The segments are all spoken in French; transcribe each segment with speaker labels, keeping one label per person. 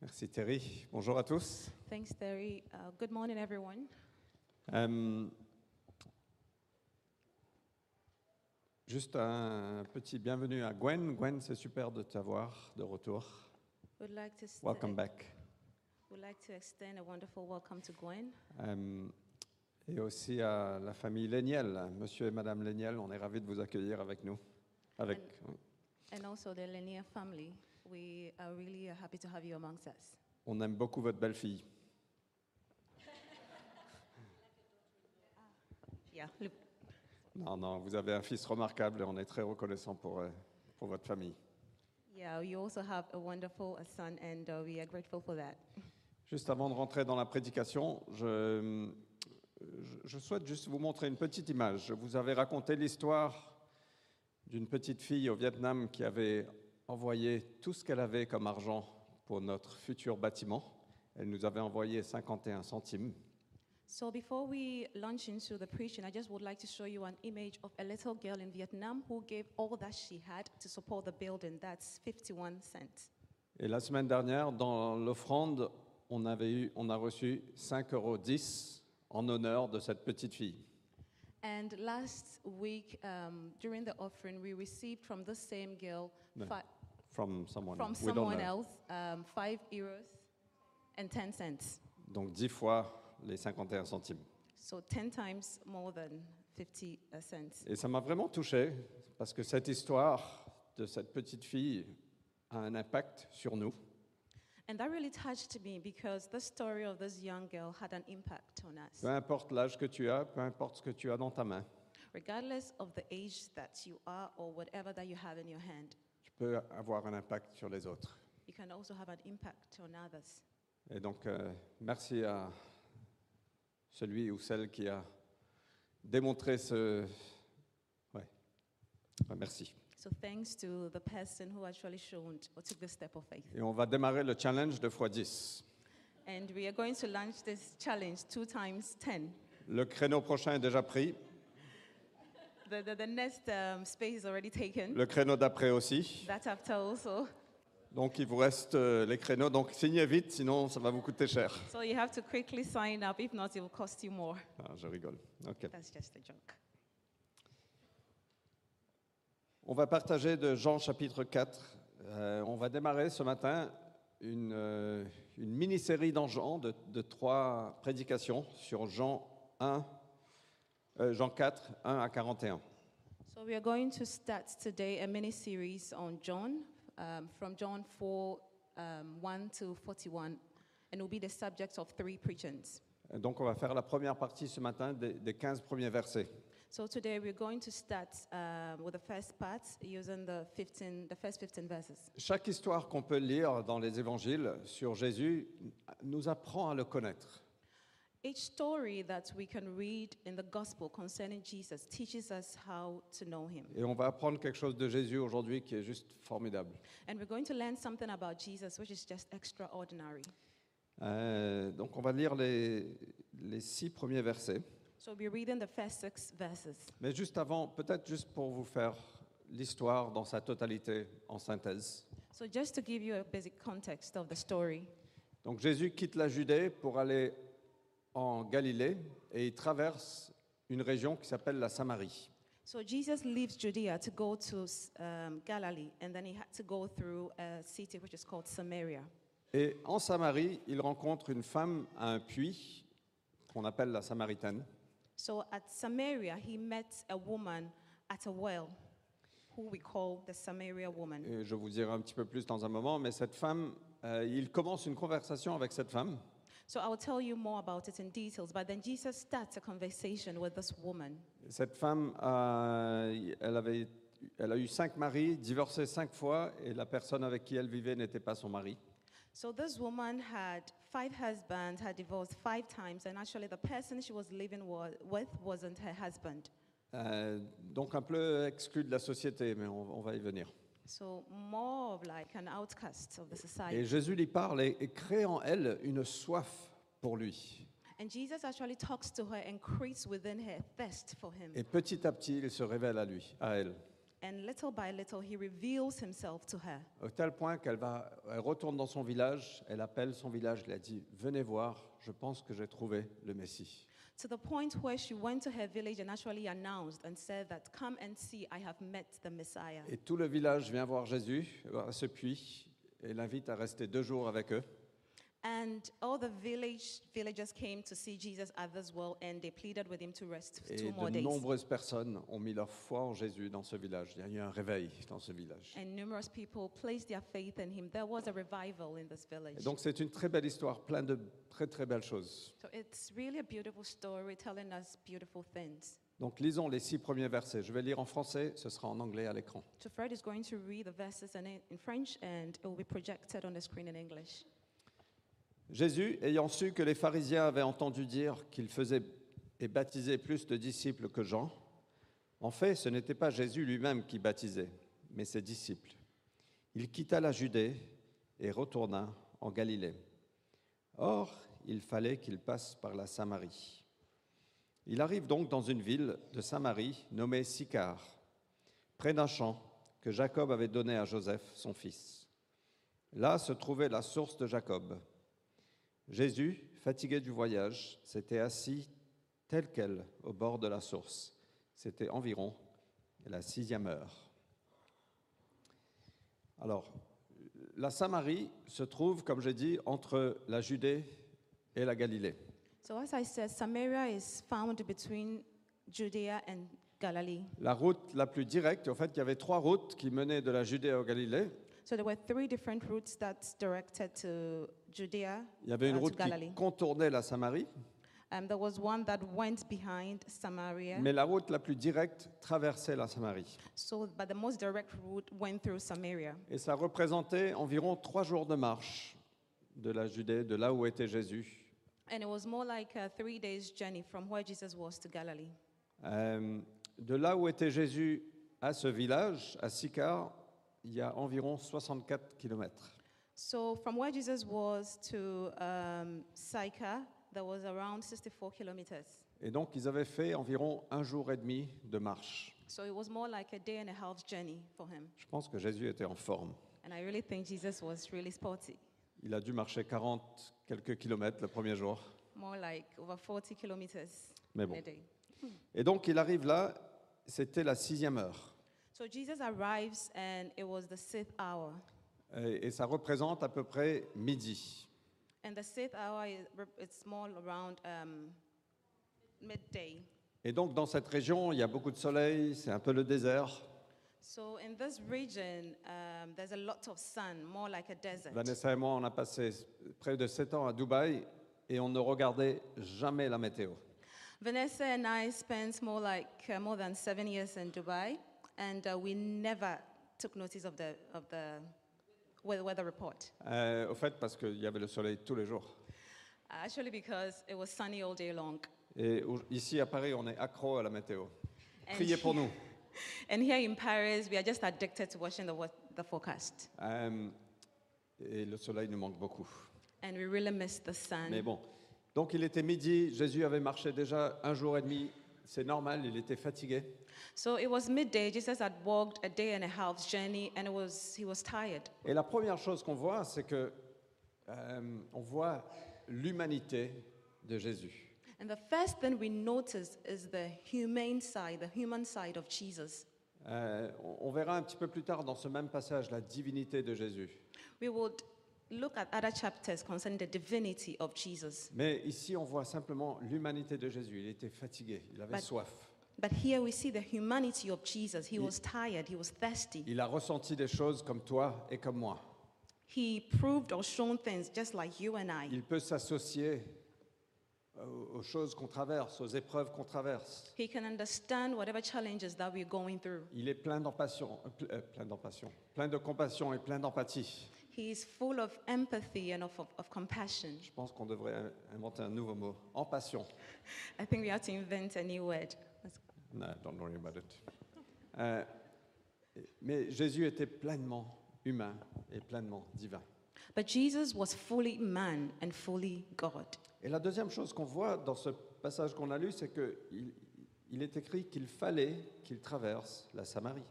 Speaker 1: Merci Thierry. Bonjour à tous.
Speaker 2: Thanks, Terry. Uh, good morning, everyone.
Speaker 1: Euh, juste un petit bienvenue à Gwen. Gwen, c'est super de t'avoir de retour.
Speaker 2: Would like to st-
Speaker 1: Welcome back.
Speaker 2: Would like to extend a wonderful welcome to Gwen
Speaker 1: Euh, et aussi à la famille Léniel, monsieur et madame Léniel. On est ravis de vous accueillir avec nous. Avec,
Speaker 2: and also the Lanier family. We are really uh, happy to have you amongst us.
Speaker 1: on aime beaucoup votre belle-fille.
Speaker 2: Yeah. look,
Speaker 1: Non, non, vous avez un fils remarquable et on est très reconnaissant pour, euh, pour votre famille.
Speaker 2: Yeah, you also have a wonderful uh, son, and uh, we are grateful for that.
Speaker 1: Juste avant de rentrer dans la prédication, je, je- je souhaite juste vous montrer une petite image. Je vous avais raconté l'histoire d'une petite fille au Vietnam qui avait envoyé tout ce qu'elle avait comme argent pour notre futur bâtiment. Elle nous avait envoyé 51 centimes.
Speaker 2: So, before we launch into the preaching, I just would like to show you an image of a little girl in Vietnam who gave all that she had to support the building. That's 51 cents.
Speaker 1: Et la semaine dernière, dans l'offrande, on, avait eu- on a reçu 5,10 euros en honneur de cette petite fille.
Speaker 2: And last week, um, during the offering, we received from the same girl
Speaker 1: No.
Speaker 2: fi-
Speaker 1: From someone.
Speaker 2: from
Speaker 1: We don't
Speaker 2: someone
Speaker 1: know.
Speaker 2: else um, five euros and 10 cents.
Speaker 1: Donc 10 fois les 51 centimes.
Speaker 2: So 10 times more than 50 uh, cents.
Speaker 1: Et ça m'a vraiment touché parce que cette histoire de cette petite fille a un impact sur nous.
Speaker 2: And that really touched me because the story of this young girl had an impact on us.
Speaker 1: Peu importe l'âge que tu as, peu importe ce que tu as dans ta main,
Speaker 2: Regardless of the age that you are or whatever that you have in your hand,
Speaker 1: tu peux avoir un impact sur les autres.
Speaker 2: you can also have an impact on others.
Speaker 1: Et donc, euh, merci à celui ou celle qui a démontré ce... Ouais. Ouais, merci.
Speaker 2: So thanks to the person who actually showed or took the step of faith.
Speaker 1: Et on va démarrer le challenge de x10.
Speaker 2: And we are going to launch this challenge two times 10.
Speaker 1: Le créneau prochain est déjà pris,
Speaker 2: The, the, the next um, space is already taken.
Speaker 1: le créneau d'après aussi.
Speaker 2: That after also.
Speaker 1: Donc il vous reste euh, les créneaux, donc signez vite, sinon ça va vous coûter cher.
Speaker 2: So you have to quickly sign up. If not, it will cost you more.
Speaker 1: Ah, je rigole. Ok.
Speaker 2: That's just a joke.
Speaker 1: On va partager de Jean chapitre 4. Euh, on va démarrer ce matin une, euh, une mini-série dans Jean de, de trois prédications sur Jean 1, euh, Jean 4, 1 à 41.
Speaker 2: So we are going to start today a mini series on John, um, from John 4 um, 1 to 41, and will be the subject of three preachings.
Speaker 1: Et donc on va faire la première partie ce matin des, des 15 premiers versets.
Speaker 2: So today we're going to start um, with the first part using the 15, the first 15 verses.
Speaker 1: Chaque histoire qu'on peut lire dans les évangiles sur Jésus nous apprend à le connaître.
Speaker 2: Each story that we can read in the gospel concerning Jesus teaches us how to know him.
Speaker 1: Et on va apprendre quelque chose de Jésus aujourd'hui qui est juste formidable.
Speaker 2: And we're going to learn something about Jesus, which is just extraordinary.
Speaker 1: Euh, donc on va lire les, les six premiers versets.
Speaker 2: So we're reading the first six verses.
Speaker 1: Mais juste avant, peut-être juste pour vous faire l'histoire dans sa totalité en synthèse.
Speaker 2: So just to give you a basic context of the story.
Speaker 1: Donc Jésus quitte la Judée pour aller en Galilée et il traverse une région qui s'appelle la Samarie.
Speaker 2: So Jesus leaves Judea to go to um, Galilee, and then he had to go through a city which is called Samaria.
Speaker 1: Et en Samarie, il rencontre une femme à un puits qu'on appelle la Samaritaine.
Speaker 2: So at Samaria, he met a woman at a well, who we call the Samaria woman.
Speaker 1: Et je vous dirai un petit peu plus dans un moment, mais cette femme, euh, il commence une conversation avec cette femme.
Speaker 2: So I will tell you more about it in details, but then Jesus starts a conversation with this woman.
Speaker 1: Cette femme, euh, elle, avait, elle a eu cinq maris, divorcé cinq fois, et la personne avec qui elle vivait n'était pas son mari.
Speaker 2: So this woman had five husbands, had divorced five times, and actually the person she was living wa- with wasn't her husband.
Speaker 1: Euh, donc un peu exclue de la société, mais on, on va y venir.
Speaker 2: So more of like an outcast of the
Speaker 1: Et
Speaker 2: society.
Speaker 1: Jésus lui parle et, et crée en elle une soif pour lui.
Speaker 2: And Jesus actually talks to her and creates within her thirst for him.
Speaker 1: Et petit à petit, il se révèle à lui, à elle.
Speaker 2: And little by little, he reveals himself to her.
Speaker 1: au tel point qu'elle va, elle retourne dans son village, elle appelle son village, elle a dit Venez voir, je pense que j'ai trouvé le Messie.
Speaker 2: To the point where she went to her village and actually announced and said that, Come and see, I have met the Messiah.
Speaker 1: Et tout le village vient voir Jésus à ce puits et l'invite à rester deux jours avec eux.
Speaker 2: And all the village villagers came to see Jesus at this well, and they pleaded with him to rest
Speaker 1: Et
Speaker 2: two more
Speaker 1: de
Speaker 2: days.
Speaker 1: nombreuses personnes ont mis leur foi en Jésus dans ce village. Il y a eu un réveil dans ce village.
Speaker 2: And numerous people placed their faith in him. There was a revival in this
Speaker 1: Et
Speaker 2: village.
Speaker 1: donc c'est une très belle histoire, plein de très très belles choses.
Speaker 2: so it's really a beautiful story telling us beautiful things.
Speaker 1: Donc lisons les six premiers versets. Je vais lire en français, ce sera en anglais à l'écran.
Speaker 2: So Fred is going to read the verses in, in French, and it will be projected on the screen in English.
Speaker 1: Jésus, ayant su que les pharisiens avaient entendu dire qu'il faisait et baptisait plus de disciples que Jean, en fait, ce n'était pas Jésus lui-même qui baptisait, mais ses disciples. Il quitta la Judée et retourna en Galilée. Or, il fallait qu'il passe par la Samarie. Il arrive donc dans une ville de Samarie nommée Sicar, près d'un champ que Jacob avait donné à Joseph, son fils. Là se trouvait la source de Jacob. Jésus, fatigué du voyage, s'était assis tel quel au bord de la source. C'était environ la sixième heure. Alors, la Samarie se trouve, comme j'ai dit, entre la Judée et la Galilée.
Speaker 2: So, as I said, Samaria is found between Judea and Galilee.
Speaker 1: La route la plus directe, en fait, il y avait trois routes qui menaient de la Judée à la Galilée.
Speaker 2: So, there were three different routes that's directed to Judea
Speaker 1: Il y avait une
Speaker 2: Ah, to
Speaker 1: route qui
Speaker 2: Galilee.
Speaker 1: contournait la Samarie,
Speaker 2: Um, there was one that went behind Samaria.
Speaker 1: mais la route la plus directe traversait la Samarie.
Speaker 2: So, but the most direct route went through Samaria.
Speaker 1: Et ça représentait environ trois jours de marche de la Judée, de là où était Jésus.
Speaker 2: And it was more like a three days journey from where Jesus was to Galilee.
Speaker 1: Euh, de là où était Jésus à ce village, à Sicar, il y a environ 64 kilomètres.
Speaker 2: So from where Jesus was to um, Sychar, there was around 64 kilometers.
Speaker 1: Et donc, ils avaient fait environ un jour et demi de marche.
Speaker 2: So it was more like a day and a half journey for him.
Speaker 1: Je pense que Jésus était en forme.
Speaker 2: And I really think Jesus was really sporty,
Speaker 1: Il a dû marcher 40 quelques kilomètres le premier jour.
Speaker 2: more like over 40 kilometers
Speaker 1: Mais
Speaker 2: in
Speaker 1: bon.
Speaker 2: a day.
Speaker 1: Et donc, il arrive là, c'était la sixième heure.
Speaker 2: So Jesus arrives and it was the sixth hour.
Speaker 1: Et, et ça représente à peu près midi.
Speaker 2: And the sixth hour, is, it's more around um, midday.
Speaker 1: Et donc, dans cette région, il y a beaucoup de soleil, c'est un peu le désert.
Speaker 2: So in this region, um, there's a lot of sun, more like a desert.
Speaker 1: Vanessa et moi, on a passé près de 7 ans à Dubaï et on ne regardait jamais la météo.
Speaker 2: Vanessa and I spent more like uh, more than seven years in Dubai, and uh, we never took notice of the of the wea- weather report.
Speaker 1: Euh, au fait, parce qu'il y avait le soleil tous les jours.
Speaker 2: Actually, because it was sunny all day long.
Speaker 1: Et au- ici à Paris, on est accro à la météo.
Speaker 2: And
Speaker 1: Priez pour nous.
Speaker 2: And here in Paris, we are just addicted to watching the wea- the forecast,
Speaker 1: Euh, et le soleil nous manque beaucoup.
Speaker 2: and we really miss the sun.
Speaker 1: Mais bon. Donc il était midi, Jésus avait marché déjà un jour et demi. C'est normal, il était fatigué.
Speaker 2: So it was midday. Jesus had walked a day and a half's journey, and it was he was tired.
Speaker 1: Et la première chose qu'on voit, c'est que euh, on voit l'humanité de Jésus.
Speaker 2: And the first thing we notice is the humane side, the human side of Jesus.
Speaker 1: Euh, on on verra un petit peu plus tard dans ce même passage la divinité de Jésus.
Speaker 2: We would look at other chapters concerning the divinity of Jesus.
Speaker 1: Mais ici, on voit simplement l'humanité de Jésus. Il était fatigué, il avait
Speaker 2: Bah-
Speaker 1: soif.
Speaker 2: But here we see the humanity of Jesus. He
Speaker 1: Il-
Speaker 2: was tired, he was thirsty.
Speaker 1: Il a ressenti des choses comme toi et comme moi.
Speaker 2: He proved or shown things just like you and I.
Speaker 1: Il peut s'associer euh, aux aux choses qu'on traverse, aux épreuves qu'on traverse.
Speaker 2: He can understand whatever challenges that we're going through.
Speaker 1: Il est plein d'empassion, euh, pl- euh, plein d'empassion, plein de compassion et plein d'empathie.
Speaker 2: He is full of empathy and of, of, of compassion.
Speaker 1: Je pense qu'on devrait euh, inventer un nouveau mot. Empassion.
Speaker 2: I think we have to invent a new word. That's-
Speaker 1: No, don't worry about it. Euh, mais Jésus était pleinement humain et pleinement divin.
Speaker 2: But Jesus was fully man and fully God.
Speaker 1: Et la deuxième chose qu'on voit dans ce passage qu'on a lu, c'est qu'il il est écrit qu'il fallait qu'il traverse la Samarie.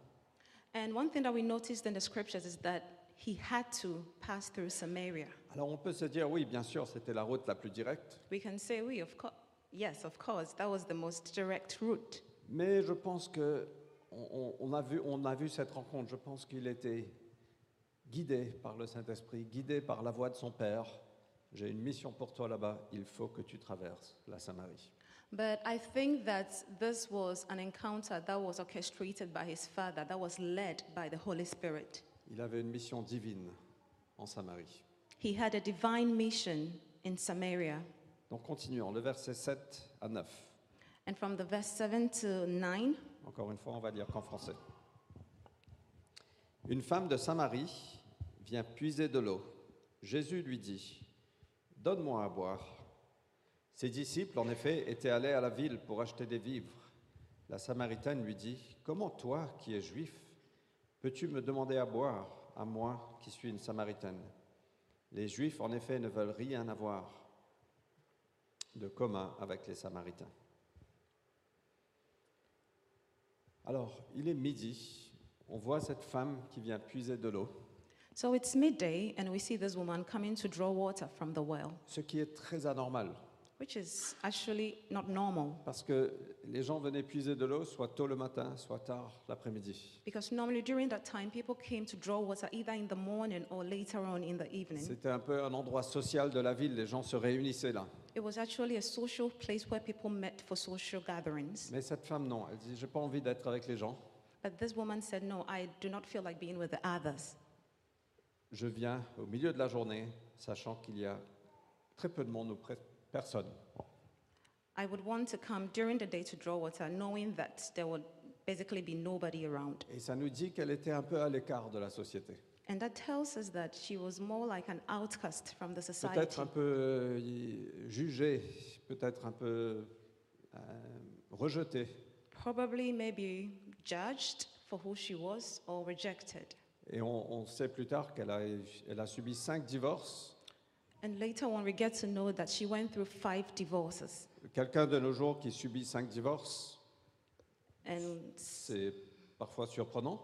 Speaker 2: And one thing that we noticed in the scriptures is that he had to pass through Samaria.
Speaker 1: Alors on peut se dire, oui, bien sûr, c'était la route la plus directe,
Speaker 2: We can say, we, of course, yes, of course, that was the most direct route.
Speaker 1: mais je pense que on, on- on a vu, on a vu cette rencontre. Je pense qu'il était guidé par le Saint-Esprit, guidé par la voix de son Père. J'ai une mission pour toi là-bas, il faut que tu traverses la Samarie.
Speaker 2: But I think that this was an encounter that was orchestrated by his father, that was led by the Holy Spirit.
Speaker 1: Il avait une mission divine en Samarie.
Speaker 2: He had a divine mission in Samaria.
Speaker 1: Donc continuons, le verset 7 à 9.
Speaker 2: And from the verse 7 to 9,
Speaker 1: Encore une fois, on va lire qu'en français. Une femme de Samarie vient puiser de l'eau. Jésus lui dit, Donne-moi à boire. Ses disciples, en effet, étaient allés à la ville pour acheter des vivres. La Samaritaine lui dit, Comment toi, qui es juif, peux-tu me demander à boire, à moi, qui suis une Samaritaine Les Juifs, en effet, ne veulent rien avoir de commun avec les Samaritains. Alors, il est midi, on voit cette femme qui vient puiser de l'eau,
Speaker 2: so it's midday, and we see this woman coming to draw water from the well,
Speaker 1: ce qui est très anormal,
Speaker 2: which is actually not normal.
Speaker 1: parce que les gens venaient puiser de l'eau soit tôt le matin, soit tard l'après-midi.
Speaker 2: Because normally during that time, people came to draw water either in the morning or later on in the evening.
Speaker 1: C'était un peu un endroit social de la ville, les gens se réunissaient là.
Speaker 2: It was actually a social place where people met for social gatherings.
Speaker 1: Mais cette femme, non, elle dit, j'ai pas envie d'être avec les gens,
Speaker 2: But this woman said, No, I do not feel like being with the others.
Speaker 1: je viens au milieu de la journée, sachant qu'il y a très peu de monde ou presque personne.
Speaker 2: I would want to come during the day to draw water, knowing that there would basically be nobody around.
Speaker 1: Et ça nous dit qu'elle était un peu à l'écart de la société.
Speaker 2: And that tells us that she was more like an outcast from the
Speaker 1: peut-être
Speaker 2: society,
Speaker 1: un peu euh, y- jugé, peut-être un peu euh, rejeté.
Speaker 2: probably maybe judged for who she was or rejected.
Speaker 1: Et on, on sait plus tard qu'elle a, elle a subi cinq divorces.
Speaker 2: And later on, we get to know that she went through five divorces.
Speaker 1: Quelqu'un de nos jours qui subit cinq divorces,
Speaker 2: And,
Speaker 1: c'est parfois surprenant.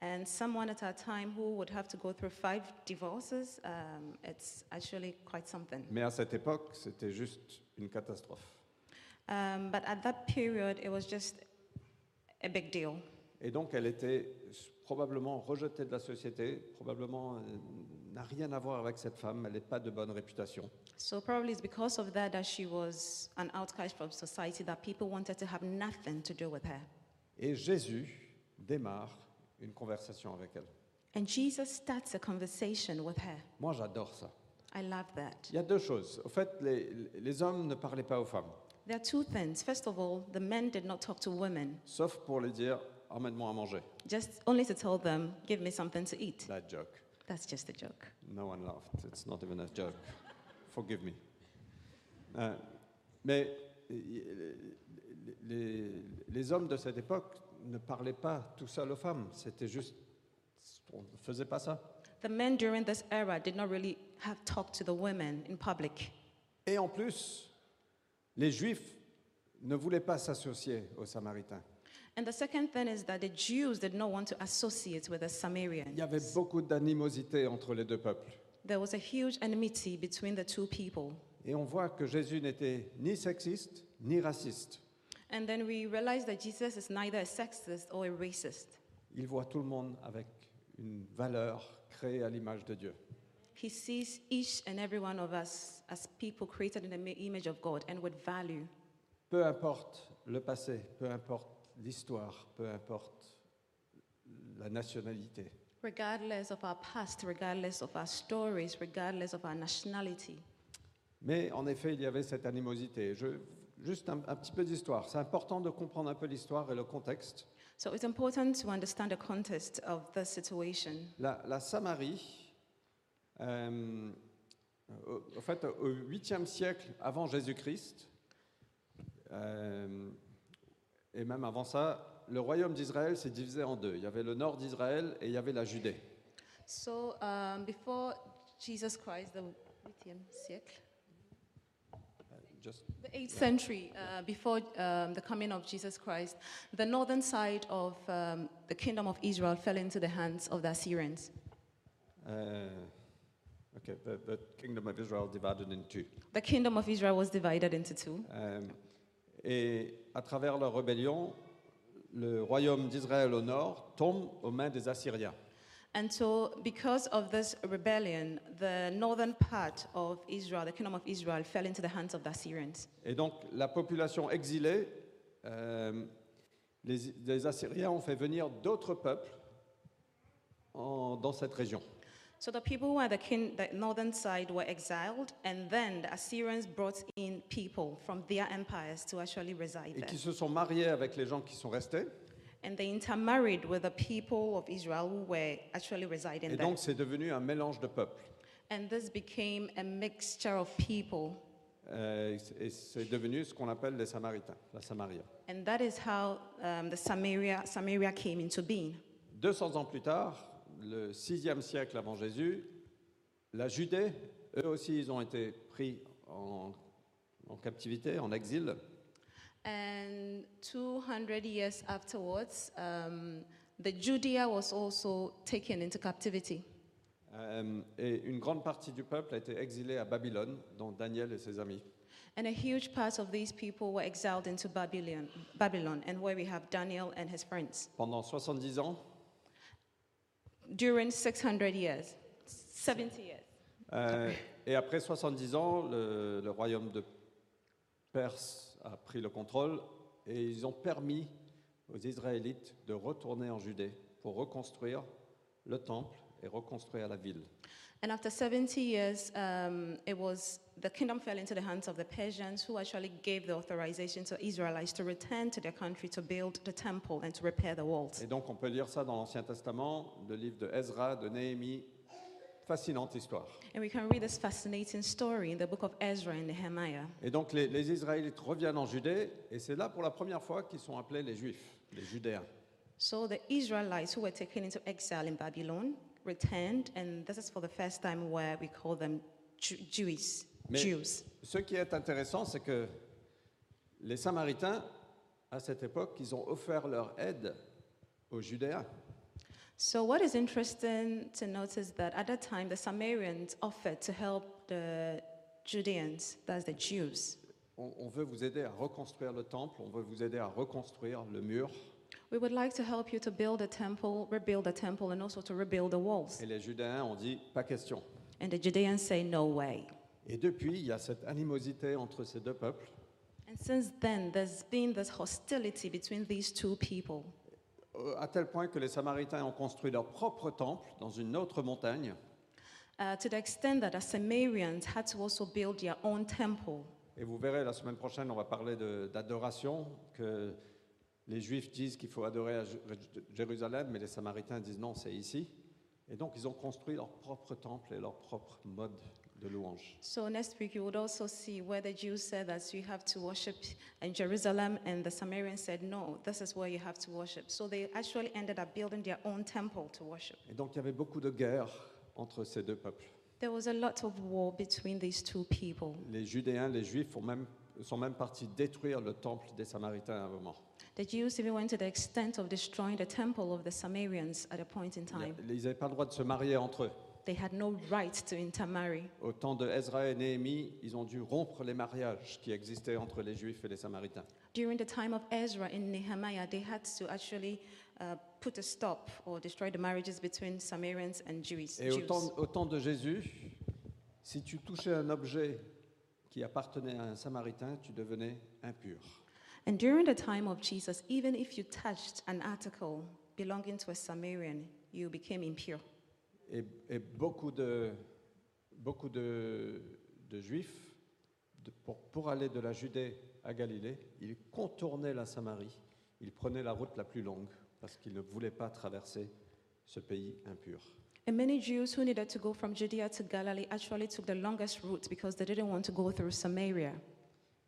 Speaker 2: and someone at our time who would have to go through five divorces, um, it's actually quite something.
Speaker 1: Mais à cette époque, c'était juste une catastrophe.
Speaker 2: Um, but at that period, it was just a big deal.
Speaker 1: Et donc, elle était s- probablement rejetée de la société, probablement euh, n'a rien à voir avec cette femme, elle n'est pas de bonne réputation.
Speaker 2: So probably it's because of that that she was an outcast from society that people wanted to have nothing to do with her.
Speaker 1: Et Jésus démarre une conversation avec elle.
Speaker 2: And Jesus starts a conversation with her.
Speaker 1: Moi, j'adore ça.
Speaker 2: I love that.
Speaker 1: Il y a deux choses. Au fait, les, les hommes ne parlaient pas aux femmes,
Speaker 2: There are two things. First of all, the men did not talk to women,
Speaker 1: sauf pour les dire emmène-moi à manger.
Speaker 2: just only to tell them, give me something to eat.
Speaker 1: That joke.
Speaker 2: That's just a joke.
Speaker 1: No one laughed. It's not even a joke. Forgive me. Euh, mais euh, les, les hommes de cette époque ne parlaient pas tout seuls aux femmes. C'était juste. On ne faisait pas ça.
Speaker 2: The men during this era did not really have talked to the women in public.
Speaker 1: Et en plus, les Juifs ne voulaient pas s'associer aux Samaritains.
Speaker 2: And the second thing is that the Jews did not want to associate with the Samaritans.
Speaker 1: Il y avait beaucoup d'animosité entre les deux peuples.
Speaker 2: There was a huge enmity between the two people.
Speaker 1: Et on voit que Jésus n'était ni sexiste ni raciste.
Speaker 2: And then we realize that Jesus is neither a sexist or a racist.
Speaker 1: Il voit tout le monde avec une valeur créée à l'image de Dieu.
Speaker 2: He sees each and every one of us as people created in the ma- image of God and with value.
Speaker 1: Peu importe le passé, peu importe l'histoire, peu importe la nationalité.
Speaker 2: Regardless of our past, regardless of our stories, regardless of our nationality.
Speaker 1: Mais en effet, il y avait cette animosité. Je- juste un, un petit peu d'histoire. C'est important de comprendre un peu l'histoire et le contexte.
Speaker 2: So it's important to understand the context of the situation.
Speaker 1: La, la Samarie, euh, au, au fait, au 8e siècle avant Jésus-Christ, euh, et même avant ça, le royaume d'Israël s'est divisé en deux. Il y avait le nord d'Israël et il y avait la Judée.
Speaker 2: So um, before Jesus Christ, the 8th siècle,
Speaker 1: Euh, just
Speaker 2: The 8th century, uh, before um, the coming of Jesus Christ, the northern side of um, the kingdom of Israel fell into the hands of the Assyrians.
Speaker 1: uh, okay. The, the kingdom of Israel divided in two,
Speaker 2: The kingdom of Israel was divided into two.
Speaker 1: Euh, et à travers leur rébellion, le royaume d'Israël au nord tombe aux mains des Assyriens.
Speaker 2: And so, because of this rebellion, the northern part of Israel, the kingdom of Israel, fell into the hands of the Assyrians.
Speaker 1: Et donc la population exilée, euh, les, les Assyriens ont fait venir d'autres peuples en- dans cette région.
Speaker 2: So, the people who are the, kin- the northern side were exiled, and then the Assyrians brought in people from their empires to actually reside
Speaker 1: et ben.
Speaker 2: there.
Speaker 1: qui se sont mariés avec les gens qui sont restés.
Speaker 2: And they intermarried with the people of Israel who were actually residing
Speaker 1: Et ben.
Speaker 2: there.
Speaker 1: donc, c'est devenu un mélange de peuples.
Speaker 2: And this became a mixture of people.
Speaker 1: Euh, et c'est devenu ce qu'on appelle les Samaritains, la Samaria.
Speaker 2: And that is how um, the Samaria, Samaria came into being.
Speaker 1: 200 ans plus tard, le 6e siècle avant Jésus, la Judée, eux aussi, ils ont été pris en, en captivité, en exil.
Speaker 2: And 200 years afterwards, um, the Judea was also taken into captivity.
Speaker 1: Euh, et une grande partie du peuple a été exilée à Babylone, dont Daniel et ses amis.
Speaker 2: And a huge part of these people were exiled into Babylon, Babylon and where we have Daniel and his friends.
Speaker 1: Pendant 70 ans,
Speaker 2: During 600 years, 70 years.
Speaker 1: Euh, et après 70 ans, le, le royaume de Perse a pris le contrôle et ils ont permis aux Israélites de retourner en Judée pour reconstruire le temple et reconstruire la ville.
Speaker 2: And after 70 years, um, it was the kingdom fell into the hands of the Persians, who actually gave the authorization to Israelites to return to their country to build the temple and to repair the walls.
Speaker 1: Et donc on peut lire ça dans l'Ancien Testament, le livre de Ezra, de Néhémie. Fascinante histoire.
Speaker 2: And we can read this fascinating story in the book of Ezra and Nehemiah.
Speaker 1: Et donc les, les Israélites reviennent en Judée et c'est là pour la première fois qu'ils sont appelés les Juifs, les Judéens.
Speaker 2: So the Israelites who were taken into exile in Babylon returned, and this is for the first time where we call them Ju- Jewish,
Speaker 1: Mais-
Speaker 2: Jews.
Speaker 1: Ce qui est intéressant, c'est que les Samaritains, à cette époque, ils ont offert leur aide aux Judéens.
Speaker 2: So what is interesting to notice that at that time the Samaritans offered to help the Judeans, that's the Jews.
Speaker 1: On, on veut vous aider à reconstruire le temple, on veut vous aider à reconstruire le mur.
Speaker 2: We would like to help you to build a temple, rebuild a temple, and also to rebuild the walls.
Speaker 1: Et les Judéens ont dit pas question.
Speaker 2: And the Judeans say, No way.
Speaker 1: Et depuis, il y a cette animosité entre ces deux peuples.
Speaker 2: And since then, there's been this hostility between these two people,
Speaker 1: euh, À tel point que les Samaritains ont construit leur propre temple dans une autre montagne.
Speaker 2: uh, to the extent that the Samaritans had to also build their own temple.
Speaker 1: Et vous verrez, la semaine prochaine, on va parler de- d'adoration, que les Juifs disent qu'il faut adorer à J- Jérusalem, mais les Samaritains disent non, c'est ici. Et donc, ils ont construit leur propre temple et leur propre mode de louange.
Speaker 2: So next week, you would also see where the Jews said that you have to worship in Jerusalem, and the Samaritans said, No, this is where you have to worship. So they actually ended up building their own temple to worship.
Speaker 1: Et donc, il y avait beaucoup de guerres entre ces deux peuples.
Speaker 2: There was a lot of war between these two people.
Speaker 1: Les Judéens, les Juifs ont même- sont même partis détruire le temple des Samaritains à un moment.
Speaker 2: The Jews even went to the extent of destroying the temple of the Samaritans at a point in time.
Speaker 1: Ils n'avaient pas le droit de se marier entre eux.
Speaker 2: They had no right to intermarry.
Speaker 1: Au temps de Ezra et Néhémie, ils ont dû rompre les mariages qui existaient entre les Juifs et les Samaritains.
Speaker 2: During the time of Ezra and Nehemiah, they had to actually uh, put a stop or destroy the marriages between Samaritans and Jews.
Speaker 1: Et au
Speaker 2: Jews.
Speaker 1: temps, au temps de Jésus, si tu touchais un objet qui appartenait à un samaritain, tu devenais impur.
Speaker 2: And during the time of Jesus, even if you touched an article belonging to a Samaritan, you became impure.
Speaker 1: Et, et beaucoup de, beaucoup de, de juifs, de- pour, pour aller de la Judée à Galilée, ils contournaient la Samarie, ils prenaient la route la plus longue parce qu'ils ne voulaient pas traverser ce pays impur.
Speaker 2: And many Jews who needed to go from Judea to Galilee actually took the longest route because they didn't want to go through Samaria.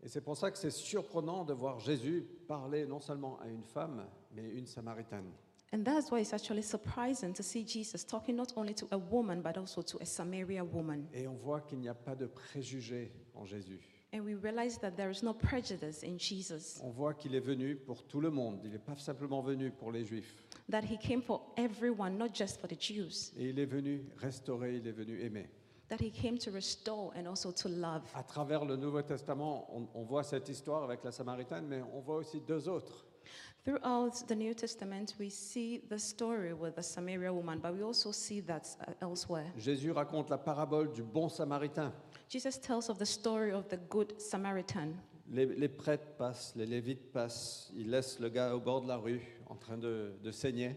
Speaker 1: Et c'est pour ça que c'est surprenant de voir Jésus parler non seulement à une femme, mais une samaritaine.
Speaker 2: And that's why it's actually surprising to see Jesus talking not only to a woman, but also to a Samaria woman.
Speaker 1: Et on voit qu'il n'y a pas de préjugés en Jésus.
Speaker 2: And we realize that there is no prejudice in Jesus,
Speaker 1: On voit qu'il est venu pour tout le monde. Il n'est pas simplement venu pour les Juifs.
Speaker 2: that he came for everyone, not just for the Jews,
Speaker 1: Et il est venu restaurer, il est venu aimer.
Speaker 2: that he came to restore and also to love.
Speaker 1: À travers le Nouveau Testament, on, on voit cette histoire avec la Samaritaine, mais on voit aussi deux autres.
Speaker 2: Throughout the New Testament, we see the story with the Samaria woman, but we also see that uh, elsewhere.
Speaker 1: Jésus raconte la parabole du bon Samaritain.
Speaker 2: Jesus tells of the story of the Good Samaritan.
Speaker 1: Les, les prêtres passent, les Lévites passent, ils laissent le gars au bord de la rue en train de, de saigner.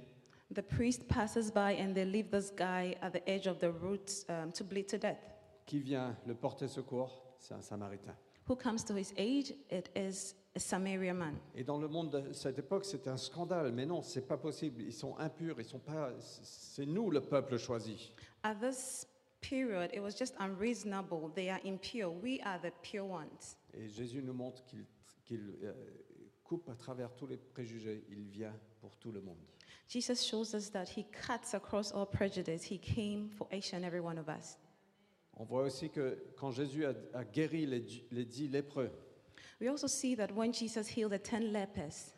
Speaker 2: The priest passes by and they leave this guy at the edge of the road um, to bleed to death.
Speaker 1: Qui vient le porter secours C'est un Samaritain.
Speaker 2: Who comes to his aid? It is a Samaritan man.
Speaker 1: Et dans le monde de cette époque, c'était un scandale. Mais non, c'est pas possible. Ils sont impurs. Ils sont pas. C'est nous le peuple choisi.
Speaker 2: At this period, it was just unreasonable. They are impure. We are the pure ones.
Speaker 1: Et Jésus nous montre qu'il qu'il, euh, coupe à travers tous les préjugés. Il vient pour tout le monde.
Speaker 2: Jesus shows us that he cuts across all prejudice. He came for each and every one of us.
Speaker 1: On voit aussi que quand Jésus a, a guéri les, dix- les dix lépreux,
Speaker 2: We also see that when Jesus healed the 10 lepers,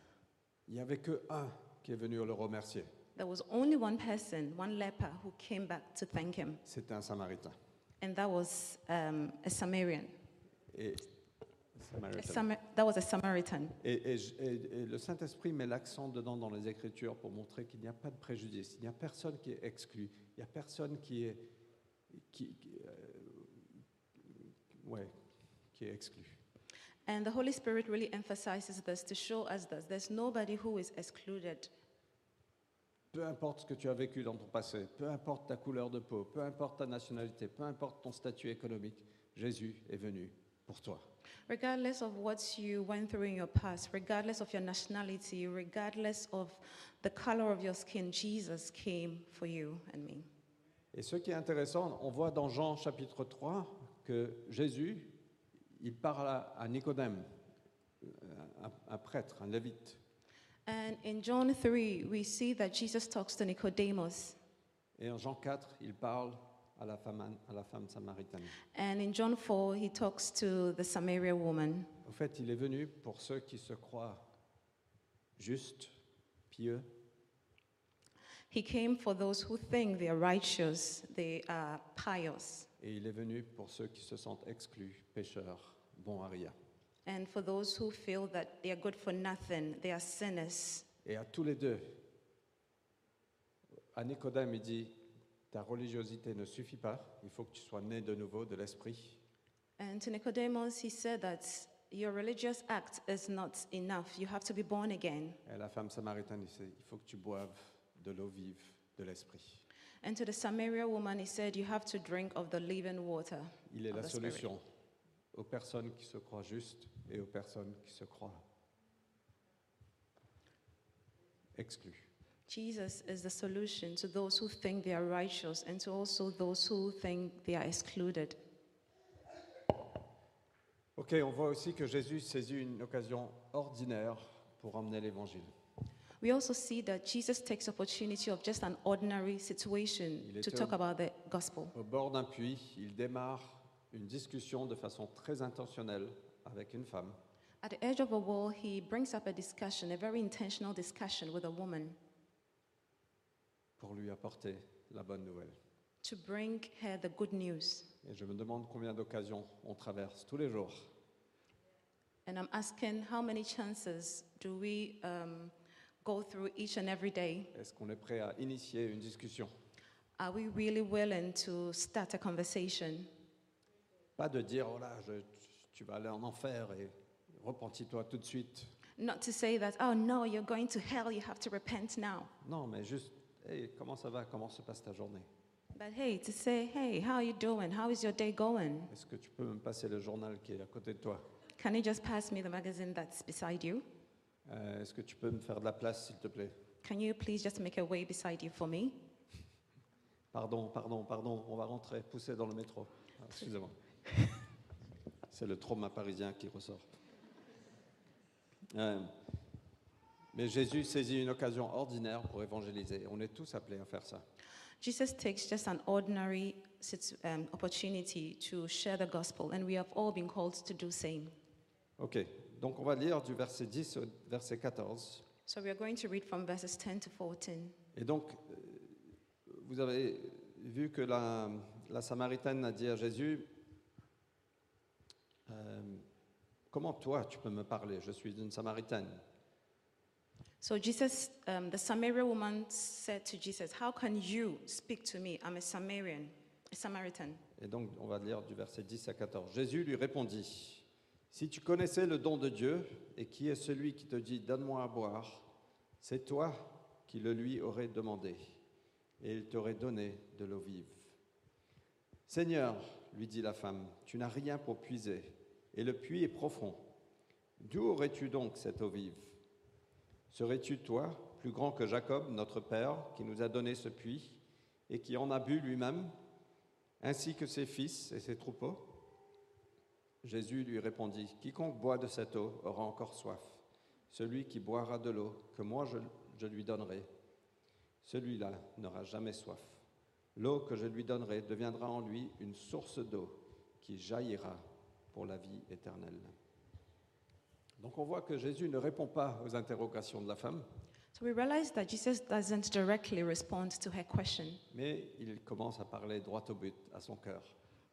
Speaker 1: il n'y avait que un qui est venu le remercier.
Speaker 2: there was only one person, one leper, who came back to thank him,
Speaker 1: C'était un Samaritain.
Speaker 2: and that was um, a Samaritan.
Speaker 1: Et,
Speaker 2: A Samar- that was a Samaritan.
Speaker 1: Et- et je- et- et le Saint-Esprit met l'accent dedans dans les Écritures pour montrer qu'il n'y a pas de préjudice, il n'y a personne qui est exclu, il n'y a personne qui est, qui, qui- euh, ouais, qui est exclu.
Speaker 2: And the Holy Spirit really emphasizes this to show us that there's nobody who is excluded.
Speaker 1: Peu importe ce que tu as vécu dans ton passé, peu importe ta couleur de peau, peu importe ta nationalité, peu importe ton statut économique, Jésus est venu pour toi.
Speaker 2: Regardless of what you went through in your past, regardless of your nationality, regardless of the color of your skin, Jesus came for you and me.
Speaker 1: Et ce qui est intéressant, on voit dans Jean chapitre 3 que Jésus, il parle à, à Nicodème, euh, un, un prêtre, un lévite.
Speaker 2: And in John 3, we see that Jesus talks to Nicodemus.
Speaker 1: Et en Jean 4, il parle à la femme, à la femme samaritaine.
Speaker 2: And in John 4, he talks to the Samaria woman.
Speaker 1: Au fait, il est venu pour ceux qui se croient justes, pieux,
Speaker 2: He came for those who think they are righteous, they are pious,
Speaker 1: et il est venu pour ceux qui se sentent exclus, pécheurs, bons à rien.
Speaker 2: and for those who feel that they are good for nothing, they are sinners.
Speaker 1: Et à tous les deux, à Nicodème, il dit, ta religiosité ne suffit pas, il faut que tu sois né de nouveau de l'esprit.
Speaker 2: And to Nicodemus, he said that your religious act is not enough. You have to be born again.
Speaker 1: Et la femme samaritaine, il dit, il faut que tu boives de l'eau vive de l'esprit.
Speaker 2: And to the Samaria woman, he said, You have to drink of the living water.
Speaker 1: Il est
Speaker 2: of
Speaker 1: la
Speaker 2: the Spirit."
Speaker 1: solution aux personnes qui se croient justes et aux personnes qui se croient exclues.
Speaker 2: Jesus is the solution to those who think they are righteous and to also those who think they are excluded.
Speaker 1: Ok, on voit aussi que Jésus saisit une occasion ordinaire pour emmener l'évangile.
Speaker 2: We also see that Jesus takes opportunity of just an ordinary situation
Speaker 1: Il
Speaker 2: to
Speaker 1: était
Speaker 2: talk
Speaker 1: homme.
Speaker 2: about the gospel.
Speaker 1: Au bord d'un puits, il démarre une discussion de façon très intentionnelle avec une femme.
Speaker 2: At the edge of a wall, he brings up a discussion, a very intentional discussion with a woman
Speaker 1: pour lui apporter la bonne nouvelle.
Speaker 2: to bring her the good news.
Speaker 1: Et je me demande combien d'occasions on traverse tous les jours
Speaker 2: And I'm asking how many chances do we um, go through each and every day?
Speaker 1: Est-ce qu'on est prêt à initier une discussion
Speaker 2: Are we really willing to start a conversation?
Speaker 1: Pas de dire, oh là, je- tu vas aller en enfer et repentis-toi tout de suite.
Speaker 2: Not to say that, oh no, you're going to hell, you have to repent now.
Speaker 1: Non, mais juste, hey, comment ça va Comment se passe ta journée
Speaker 2: But hey, to say, hey, how are you doing? How is your day going?
Speaker 1: Est-ce que tu peux me passer le journal qui est à côté de toi
Speaker 2: Can you just pass me the magazine that's beside you?
Speaker 1: Euh, Est-ce que tu peux me faire de la place, s'il te plaît
Speaker 2: Can you please just make a way beside you for me?
Speaker 1: Pardon, pardon, pardon, on va rentrer, pousser dans le métro. Ah, Excusez-moi. C'est le trauma parisien qui ressort. Euh, mais Jésus saisit une occasion ordinaire pour évangéliser. On est tous appelés à faire ça.
Speaker 2: Jesus takes just an ordinary sit- um, opportunity to share the gospel, and we have all been called to do same.
Speaker 1: Ok, donc on va lire du verset 10 au verset 14.
Speaker 2: So we are going to read from verses 10 to 14.
Speaker 1: Et donc, euh, vous avez vu que la, la Samaritaine a dit à Jésus, Euh, comment toi tu peux me parler Je suis une Samaritaine.
Speaker 2: So Jesus, um, the Samaritan woman said to Jesus, "How can you speak to me? I'm a Samaritan." A Samaritan.
Speaker 1: Et donc, on va lire du verset 10 à 14. Jésus lui répondit, Si tu connaissais le don de Dieu, et qui est celui qui te dit, Donne-moi à boire, c'est toi qui le lui aurais demandé, et il t'aurait donné de l'eau vive. Seigneur, lui dit la femme, tu n'as rien pour puiser, et le puits est profond. D'où aurais-tu donc cette eau vive Serais-tu, toi, plus grand que Jacob, notre Père, qui nous a donné ce puits, et qui en a bu lui-même ainsi que ses fils et ses troupeaux Jésus lui répondit, Quiconque boit de cette eau aura encore soif. Celui qui boira de l'eau que moi je, je lui donnerai, celui-là n'aura jamais soif. L'eau que je lui donnerai deviendra en lui une source d'eau qui jaillira pour la vie éternelle. Donc on voit que Jésus ne répond pas aux interrogations de la femme,
Speaker 2: So we realize that Jesus doesn't directly respond to her question,
Speaker 1: mais il commence à parler droit au but, à son cœur.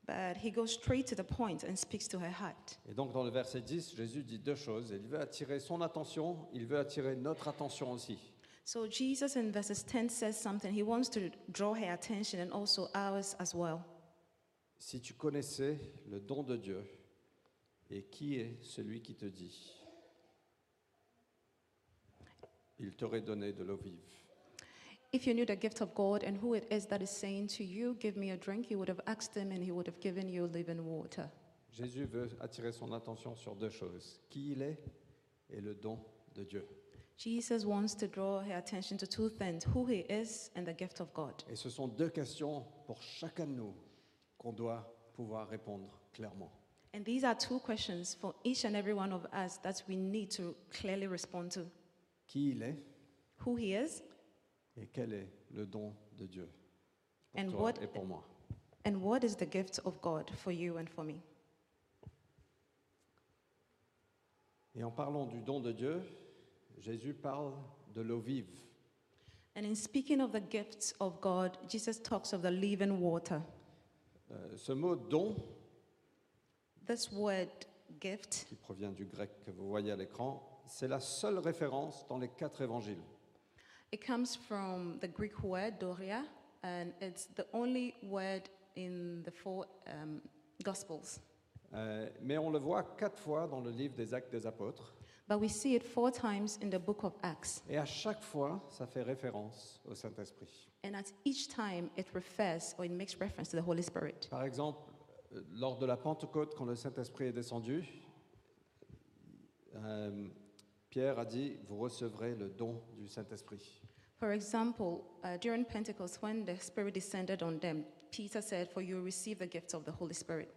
Speaker 2: but he goes straight to the point and speaks to her heart.
Speaker 1: Et donc dans le verset 10, Jésus dit deux choses. Il veut attirer son attention, il veut attirer notre attention aussi.
Speaker 2: So Jesus in verses 10 says something. He wants to draw her attention and also ours as well.
Speaker 1: Si tu connaissais le don de Dieu et qui est celui qui te dit, il t'aurait donné de l'eau vive.
Speaker 2: If you knew the gift of God and who it is that is saying to you, Give me a drink, you would have asked him and he would have given you living water.
Speaker 1: Jésus veut attirer son attention sur deux choses, qui il est et le don de Dieu.
Speaker 2: Jesus wants to draw her attention to two things who he is and the gift of God.
Speaker 1: Et ce sont deux questions pour chacun de nous qu'on doit pouvoir répondre clairement.
Speaker 2: And these are two questions for each and every one of us that we need to clearly respond to
Speaker 1: Qui il est
Speaker 2: who he is
Speaker 1: et quel est le don de Dieu
Speaker 2: And
Speaker 1: pour toi
Speaker 2: what-
Speaker 1: et pour moi.
Speaker 2: and what is the gift of God for you and for me.
Speaker 1: Et en parlant du don de Dieu, Jésus parle de l'eau vive.
Speaker 2: And in speaking of the gifts of God, Jesus talks of the living water.
Speaker 1: Euh, ce mot don,
Speaker 2: This word gift
Speaker 1: qui provient du grec que vous voyez à l'écran, c'est la seule référence dans les quatre évangiles.
Speaker 2: It comes from the Greek word doria, and it's the only word in the four um, Gospels.
Speaker 1: Euh, mais on le voit quatre fois dans le livre des Actes des Apôtres.
Speaker 2: But we see it four times in the book of Acts,
Speaker 1: Et à chaque fois, ça fait référence au Saint-Esprit.
Speaker 2: and at each time it refers or it makes reference to the Holy Spirit.
Speaker 1: Par exemple, euh, lors de la Pentecôte, quand le Saint-Esprit est descendu, euh, Pierre a dit, vous recevrez le don du Saint-Esprit.
Speaker 2: For example, uh, during Pentecost, when the Spirit descended on them, Peter said, For you receive the gift of the Holy Spirit.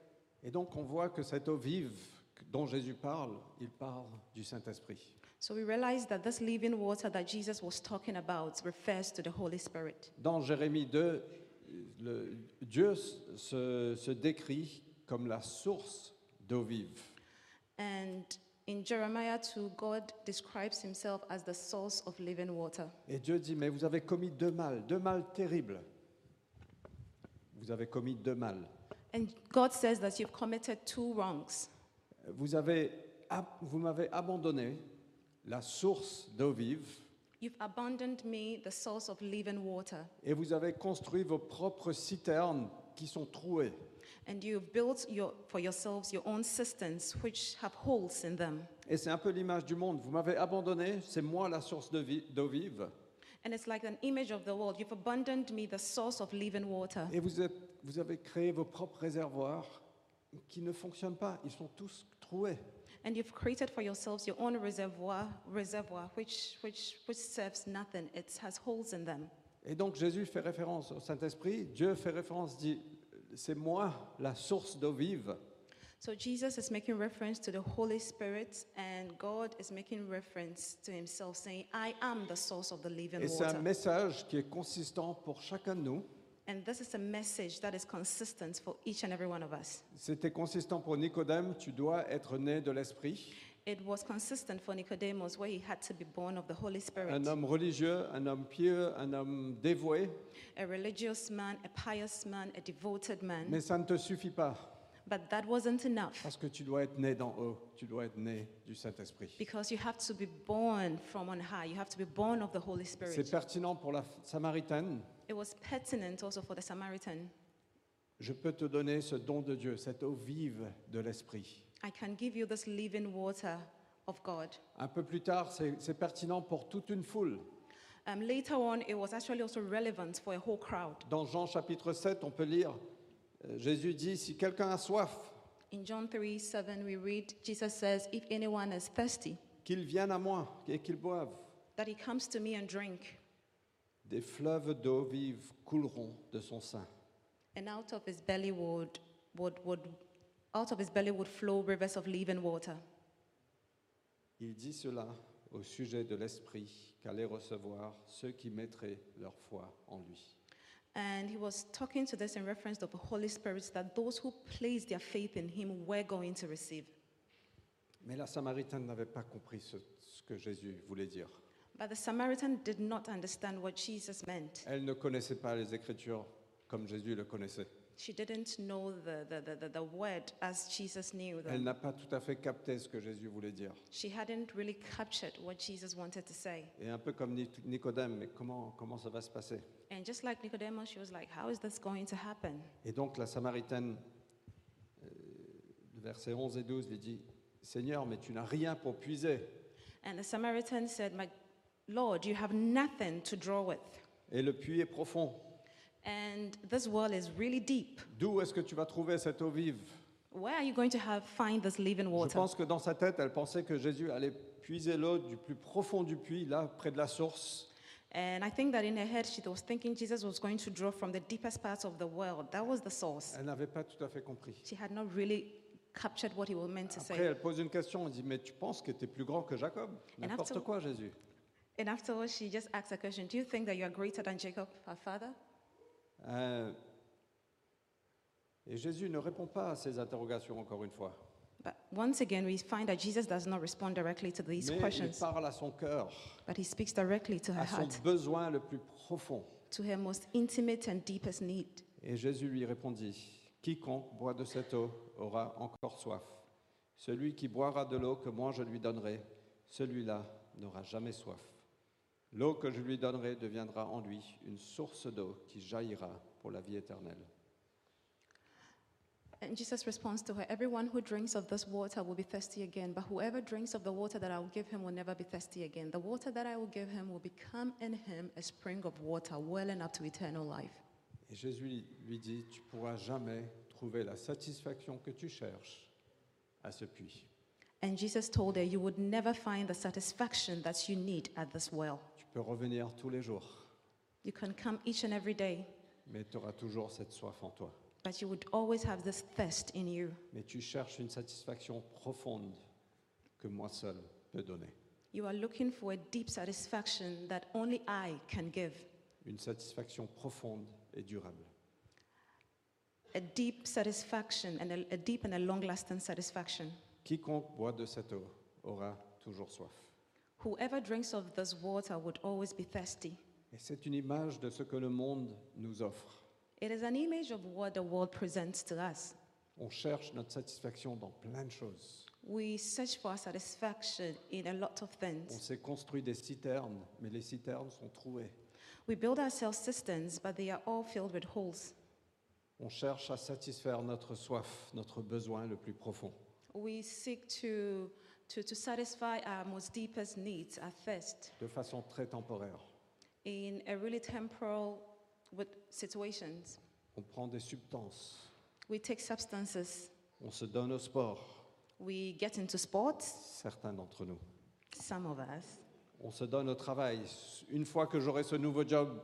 Speaker 1: Et donc on voit que cette eau vive dont Jésus parle, il parle du Saint-Esprit.
Speaker 2: So we realize that this living water that Jesus was talking about refers to the Holy Spirit.
Speaker 1: Dans Jérémie 2, le- Dieu se, se décrit comme la source d'eau vive.
Speaker 2: And in Jeremiah 2, God describes himself as the source of living water.
Speaker 1: Et Dieu dit, mais vous avez commis deux mâles, deux mâles terribles. Vous avez commis deux mâles.
Speaker 2: And God says that you've committed two wrongs.
Speaker 1: Vous avez ab- vous m'avez abandonné, la source d'eau vive,
Speaker 2: You've abandoned me, the source of living water,
Speaker 1: et vous avez construit vos propres citernes qui sont trouées.
Speaker 2: and you've built your, for yourselves your own cisterns, which have holes in them.
Speaker 1: Et c'est un peu l'image du monde. Vous m'avez abandonné, c'est moi la source de vi- d'eau vive.
Speaker 2: And it's like an image of the world. You've abandoned me, the source of living water.
Speaker 1: Et vous, êtes- vous avez créé vos propres réservoirs qui ne fonctionnent pas. Ils sont tous troués.
Speaker 2: And you've created for yourselves your own reservoir, reservoir which, which, which serves nothing. It has holes in them.
Speaker 1: Et donc Jésus fait référence au Saint-Esprit. Dieu fait référence, dit C'est moi la source d'eau vive.
Speaker 2: So Jesus is making reference to the Holy Spirit, and God is making reference to himself, saying, I am the source of the living
Speaker 1: Et c'est un
Speaker 2: water.
Speaker 1: message qui est consistant pour chacun de nous.
Speaker 2: And this is a message that is consistent for each and every one of us.
Speaker 1: C'était consistant pour Nicodème, tu dois être né de l'Esprit.
Speaker 2: It was consistent for Nicodemus, where he had to be born of the Holy Spirit.
Speaker 1: Un homme religieux, un homme pieux, un homme dévoué,
Speaker 2: A religious man, a pious man, a devoted man.
Speaker 1: mais ça ne te suffit pas,
Speaker 2: But that wasn't enough
Speaker 1: parce que tu dois être né d'en haut, tu dois être né du Saint-Esprit.
Speaker 2: because you have to be born from on high. You have to be born of the Holy
Speaker 1: C'est
Speaker 2: Spirit.
Speaker 1: pertinent pour la Samaritaine.
Speaker 2: It was pertinent also for the Samaritan.
Speaker 1: Je peux te donner ce don de Dieu, cette eau vive de l'Esprit.
Speaker 2: I can give you this living water of God.
Speaker 1: Un peu plus tard, c'est c'est pertinent pour toute une foule.
Speaker 2: Um, later on, it was actually also relevant for a whole crowd.
Speaker 1: Dans Jean chapitre 7, on peut lire, euh, Jésus dit, si quelqu'un a soif,
Speaker 2: In John 3 7, we read, Jesus says, If anyone is thirsty,
Speaker 1: qu'il vienne à moi et qu'il boive.
Speaker 2: that he comes to me and drink,
Speaker 1: Des fleuves d'eau vive couleront de son sein.
Speaker 2: and out of his belly would, would, would, out of his belly would flow rivers of living water.
Speaker 1: Il dit cela au sujet de l'Esprit qu'allaient recevoir ceux qui mettraient leur foi en lui.
Speaker 2: And he was talking to this in reference of the Holy Spirit that those who place their faith in him were going to receive.
Speaker 1: Mais la Samaritaine n'avait pas compris ce, ce que Jésus voulait dire.
Speaker 2: But the Samaritan did not understand what Jesus meant.
Speaker 1: Elle ne connaissait pas les Écritures comme Jésus le connaissait.
Speaker 2: She didn't know the, the, the, the, the word as Jesus knew
Speaker 1: Elle
Speaker 2: them.
Speaker 1: n'a pas tout à fait capté ce que Jésus voulait dire.
Speaker 2: She hadn't really captured what Jesus wanted to say.
Speaker 1: Et un peu comme Ni- Nicodème, mais comment, comment ça va se passer
Speaker 2: And just like Nicodemus, she was like, How is this going to happen?
Speaker 1: Et donc la Samaritaine, euh, versets 11 et 12, lui dit, Seigneur, mais tu n'as rien pour puiser.
Speaker 2: And the Samaritan said, My Lord, you have nothing to draw with.
Speaker 1: Et le puits est profond.
Speaker 2: And this well is really deep.
Speaker 1: D'où est-ce que tu vas trouver cette eau vive
Speaker 2: Where are you going to have find this living
Speaker 1: Je
Speaker 2: water?
Speaker 1: pense que dans sa tête, elle pensait que Jésus allait puiser l'eau du plus profond du puits, là, près de la source.
Speaker 2: And I think that in her head, she was thinking Jesus was going to draw from the deepest parts of the world. That was the source.
Speaker 1: Elle n'avait pas tout à fait compris.
Speaker 2: She had not really captured what he was meant to
Speaker 1: Après,
Speaker 2: say.
Speaker 1: elle pose une question, elle dit, mais tu penses que tu es plus grand que Jacob N'importe
Speaker 2: after-
Speaker 1: quoi, Jésus.
Speaker 2: And afterwards, she just asked a question Do you think that you are greater than Jacob, our father?
Speaker 1: Euh, et Jésus ne répond pas à ces interrogations, encore une fois.
Speaker 2: But once again, we find that Jesus does not respond directly to these
Speaker 1: mais il
Speaker 2: questions, Ah,
Speaker 1: parle à son cœur,
Speaker 2: but he speaks directly to her
Speaker 1: à son
Speaker 2: heart,
Speaker 1: besoin le plus profond.
Speaker 2: to her most intimate and deepest need.
Speaker 1: Et Jésus lui répondit, Quiconque boit de cette eau aura encore soif. Celui qui boira de l'eau que moi je lui donnerai, celui-là n'aura jamais soif. L'eau que je lui donnerai deviendra en lui une source d'eau qui jaillira pour la vie éternelle.
Speaker 2: And Jesus responds to her Everyone who drinks of this water will be thirsty again, but whoever drinks of the water that I will give him will never be thirsty again. The water that I will give him will become in him a spring of water welling up to eternal life.
Speaker 1: Et Jésus lui dit, Tu pourras jamais trouver la satisfaction que tu cherches à ce puits.
Speaker 2: And Jesus told her, You would never find the satisfaction that you need at this well.
Speaker 1: Tu peux revenir tous les jours,
Speaker 2: You can come each and every day,
Speaker 1: mais tu auras toujours cette soif en toi.
Speaker 2: but you would always have this thirst in you.
Speaker 1: Mais tu cherches une satisfaction profonde que moi seul peux donner.
Speaker 2: You are looking for a deep satisfaction that only I can give,
Speaker 1: une satisfaction profonde et durable.
Speaker 2: a deep satisfaction and a, a deep and a long lasting satisfaction.
Speaker 1: Quiconque boit de cette eau aura toujours soif.
Speaker 2: Whoever drinks of this water would always be thirsty.
Speaker 1: Et c'est une image de ce que le monde nous offre.
Speaker 2: It is an image of what the world presents to us.
Speaker 1: On cherche notre satisfaction dans plein de choses.
Speaker 2: We search for our satisfaction in a lot of
Speaker 1: On
Speaker 2: things.
Speaker 1: s'est construit des citernes, mais les citernes sont trouées.
Speaker 2: We build ourselves systems, but they are all filled with holes.
Speaker 1: On cherche à satisfaire notre soif, notre besoin le plus profond.
Speaker 2: We seek to, to, to satisfy our most deepest needs, our thirst,
Speaker 1: De façon très temporaire.
Speaker 2: in a really temporal with situations.
Speaker 1: On prend des substances.
Speaker 2: We take substances.
Speaker 1: On se donne au sport,
Speaker 2: We get into sports,
Speaker 1: certains d'entre nous.
Speaker 2: some of us.
Speaker 1: On se donne au travail. Une fois que j'aurai ce nouveau job,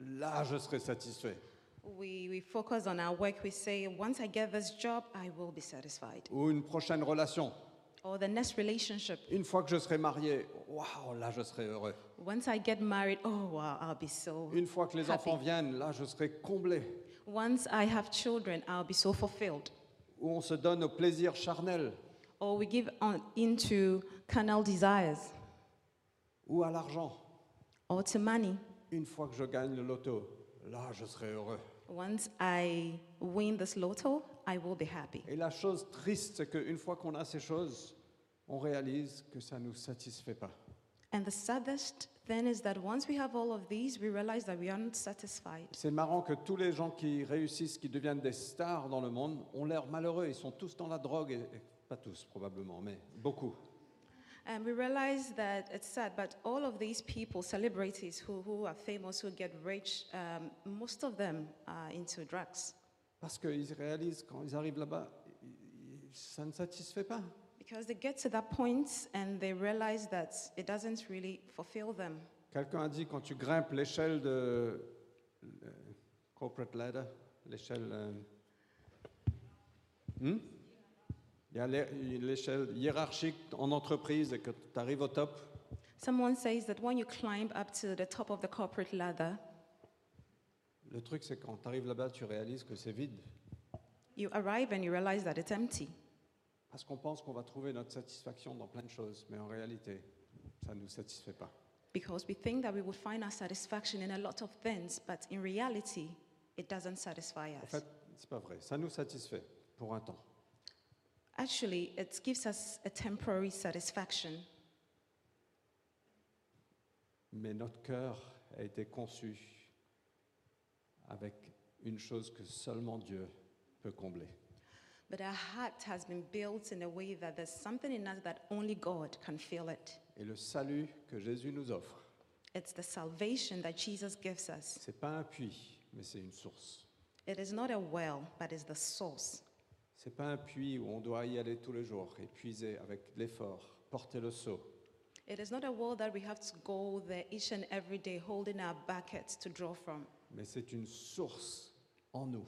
Speaker 1: là, je serai satisfait.
Speaker 2: We, we focus on our work. We say, once I get this job, I will be satisfied.
Speaker 1: Ou une prochaine relation.
Speaker 2: Or the next relationship.
Speaker 1: Une fois que je serai marié, waouh, là je serai heureux.
Speaker 2: Once I get married, oh wow, I'll be so.
Speaker 1: Une fois que les
Speaker 2: Happy.
Speaker 1: enfants viennent, là je serai comblé.
Speaker 2: Once I have children, I'll be so fulfilled.
Speaker 1: Où on se donne au plaisir charnel
Speaker 2: Or we give on into carnal desires
Speaker 1: ou à l'argent.
Speaker 2: or to money.
Speaker 1: Une fois que je gagne le loto, là je serai heureux.
Speaker 2: Once I win this lotto, I will be happy.
Speaker 1: Et la chose triste, c'est qu'une fois qu'on a ces choses, on réalise que ça ne nous satisfait pas.
Speaker 2: And the saddest thing is that once we have all of these, we realize that we are not satisfied.
Speaker 1: C'est marrant que tous les gens qui réussissent, qui deviennent des stars dans le monde, ont l'air malheureux. Ils sont tous dans la drogue, et- et pas tous probablement, mais beaucoup.
Speaker 2: And we realize that it's sad, but all of these people, celebrities who, who are famous, who get rich, um, most of them are into drugs
Speaker 1: Parce qu'ils réalisent quand ils arrivent là-bas, i- i- ça ne satisfait pas.
Speaker 2: because they get to that point and they realize that it doesn't really fulfill them.
Speaker 1: Quelqu'un a dit quand tu grimpes l'échelle de euh, corporate ladder, l'échelle. euh, hmm? Il y a l'hé- l'échelle hiérarchique en entreprise et que tu arrives au top,
Speaker 2: Someone says that when you climb up to the top of the corporate ladder,
Speaker 1: le truc c'est quand tu arrives là-bas, tu réalises que c'est vide.
Speaker 2: you arrive and you realize that it's empty
Speaker 1: Parce qu'on pense qu'on va trouver notre satisfaction dans plein de choses, mais en réalité, ça ne nous satisfait pas.
Speaker 2: because we think that we will find our satisfaction in a lot of things, but in reality, it doesn't satisfy
Speaker 1: En
Speaker 2: us.
Speaker 1: fait, c'est pas vrai. Ça nous satisfait pour un temps.
Speaker 2: Actually, it gives us a temporary satisfaction.
Speaker 1: Mais notre cœur a été conçu avec une chose que seulement Dieu peut combler.
Speaker 2: But our heart has been built in a way that there's something in us that only God can fill it.
Speaker 1: Et le salut que Jésus nous offre,
Speaker 2: It's the salvation that Jesus gives us.
Speaker 1: c'est pas un puits, mais c'est une source.
Speaker 2: It is not a well, but is the source.
Speaker 1: C'est pas un puits où on doit y aller tous les jours, épuiser avec l'effort, porter le seau.
Speaker 2: It is not a well that we have to go there each and every day holding our buckets to draw from,
Speaker 1: Mais c'est une source en nous,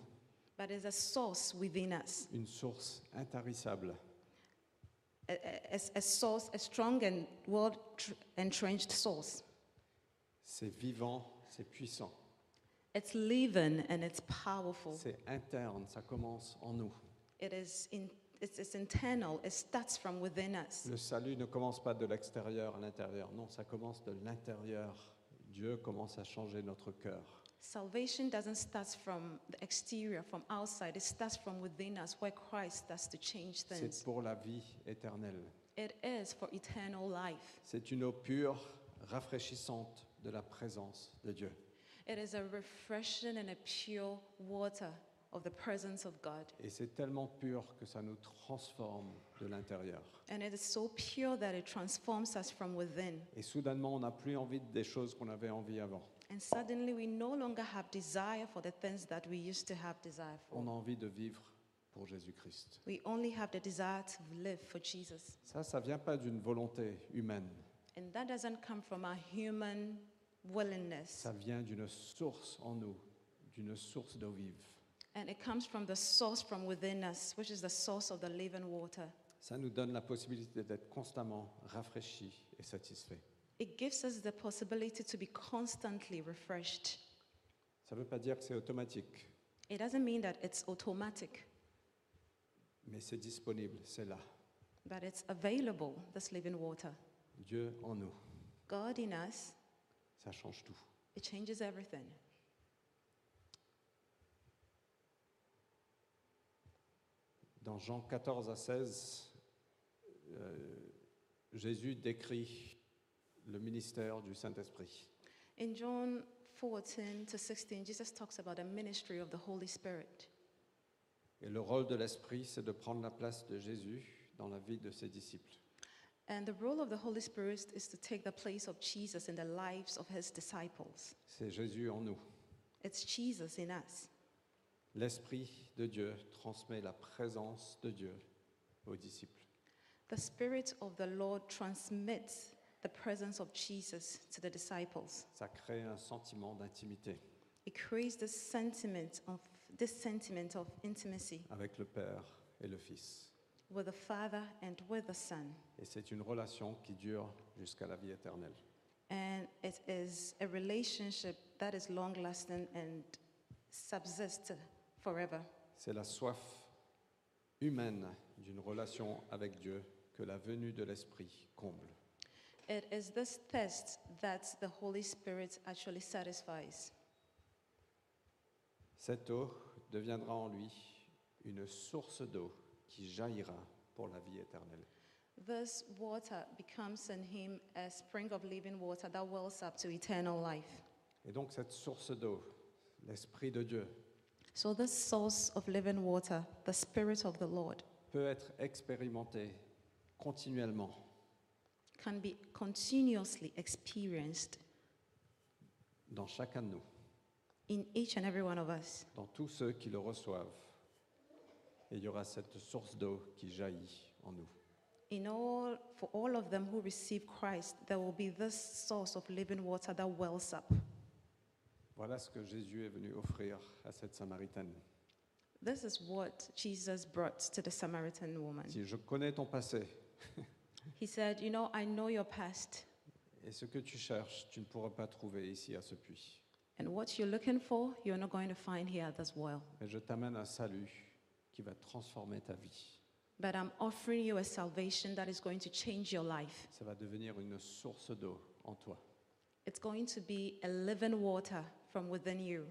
Speaker 2: but is a source within us.
Speaker 1: une source intarissable.
Speaker 2: A, a- a- a source, a strong and well tr- entrenched source.
Speaker 1: C'est vivant, c'est puissant,
Speaker 2: It's living and it's powerful.
Speaker 1: c'est interne, ça commence en nous.
Speaker 2: It is in, it's, it's internal. It starts from within us.
Speaker 1: Le salut ne commence pas de l'extérieur à l'intérieur, non, ça commence de l'intérieur. Dieu commence à changer notre cœur.
Speaker 2: Salvation doesn't start from the exterior, from outside. It starts from within us, where Christ starts to change
Speaker 1: C'est
Speaker 2: things.
Speaker 1: pour la vie éternelle.
Speaker 2: It is for eternal life.
Speaker 1: C'est une eau pure, rafraîchissante de la présence de Dieu.
Speaker 2: It is a refreshing and a pure water of the presence of God.
Speaker 1: Et c'est tellement pur que ça nous transforme de l'intérieur.
Speaker 2: And it is so pure that it transforms us from within.
Speaker 1: Et soudainement, on n'a plus envie des choses qu'on avait envie avant.
Speaker 2: And suddenly we no longer have desire for the things that we used to have desire for.
Speaker 1: On a envie de vivre pour Jésus-Christ.
Speaker 2: We only have the desire to live for Jesus.
Speaker 1: Ça, ça vient pas d'une volonté humaine.
Speaker 2: And that doesn't come from our human willingness.
Speaker 1: Ça vient d'une source en nous, d'une source d'eau vive.
Speaker 2: And it comes from the source from within us, which is the source of the living water.
Speaker 1: Ça nous donne la possibilité d'être constamment rafraîchis et satisfaits.
Speaker 2: It gives us the possibility to be constantly refreshed.
Speaker 1: Ça ne veut pas dire que c'est automatique,
Speaker 2: It doesn't mean that it's automatic,
Speaker 1: mais c'est disponible, c'est là.
Speaker 2: but it's available, this living water.
Speaker 1: Dieu en nous,
Speaker 2: God in us,
Speaker 1: ça change tout.
Speaker 2: it changes everything.
Speaker 1: Dans Jean 14 à 16, euh, Jésus décrit le ministère du Saint-Esprit.
Speaker 2: In John 14 to 16, Jesus talks about the ministry of the Holy Spirit.
Speaker 1: Et le rôle de l'Esprit, c'est de prendre la place de Jésus dans la vie de ses disciples.
Speaker 2: And the role of the Holy Spirit is to take the place of Jesus in the lives of his disciples.
Speaker 1: C'est Jésus en nous.
Speaker 2: It's Jesus in us.
Speaker 1: L'Esprit de Dieu transmet la présence de Dieu aux disciples.
Speaker 2: The Spirit of the Lord transmits the presence of Jesus to the disciples.
Speaker 1: Ça crée un sentiment d'intimité
Speaker 2: It creates this sentiment of this sentiment of intimacy
Speaker 1: avec le Père et le Fils.
Speaker 2: with the Father and with the Son.
Speaker 1: Et c'est une relation qui dure jusqu'à la vie éternelle.
Speaker 2: And it is a relationship that is long lasting and subsists forever.
Speaker 1: C'est la soif humaine d'une relation avec Dieu que la venue de l'Esprit comble.
Speaker 2: It is this thirst that the Holy Spirit actually satisfies.
Speaker 1: Cette eau deviendra en lui une source d'eau qui jaillira pour la vie éternelle.
Speaker 2: This water becomes in him a spring of living water that wells up to eternal life.
Speaker 1: Et donc cette source d'eau, l'Esprit de Dieu,
Speaker 2: So, this source of living water, the Spirit of the Lord,
Speaker 1: peut être expérimentée continuellement
Speaker 2: can be continuously experienced
Speaker 1: dans chacun de nous,
Speaker 2: in each and every one of us.
Speaker 1: dans tous ceux qui le reçoivent. Et il y aura cette source d'eau qui jaillit en nous.
Speaker 2: In all, for all of them who receive Christ, there will be this source of living water that wells up.
Speaker 1: Voilà ce que Jésus est venu offrir à cette Samaritaine.
Speaker 2: This is what Jesus brought to the Samaritan woman.
Speaker 1: Si je connais ton passé
Speaker 2: He said, You know, I know your past,
Speaker 1: et ce que tu cherches, tu ne pourras pas trouver ici à ce puits.
Speaker 2: and what you're looking for, you're not going to find here at this well.
Speaker 1: Mais je t'amène un salut qui va transformer ta vie.
Speaker 2: But I'm offering you a salvation that is going to change your life.
Speaker 1: Ça va devenir une source d'eau en toi.
Speaker 2: It's going to be a living water from within you,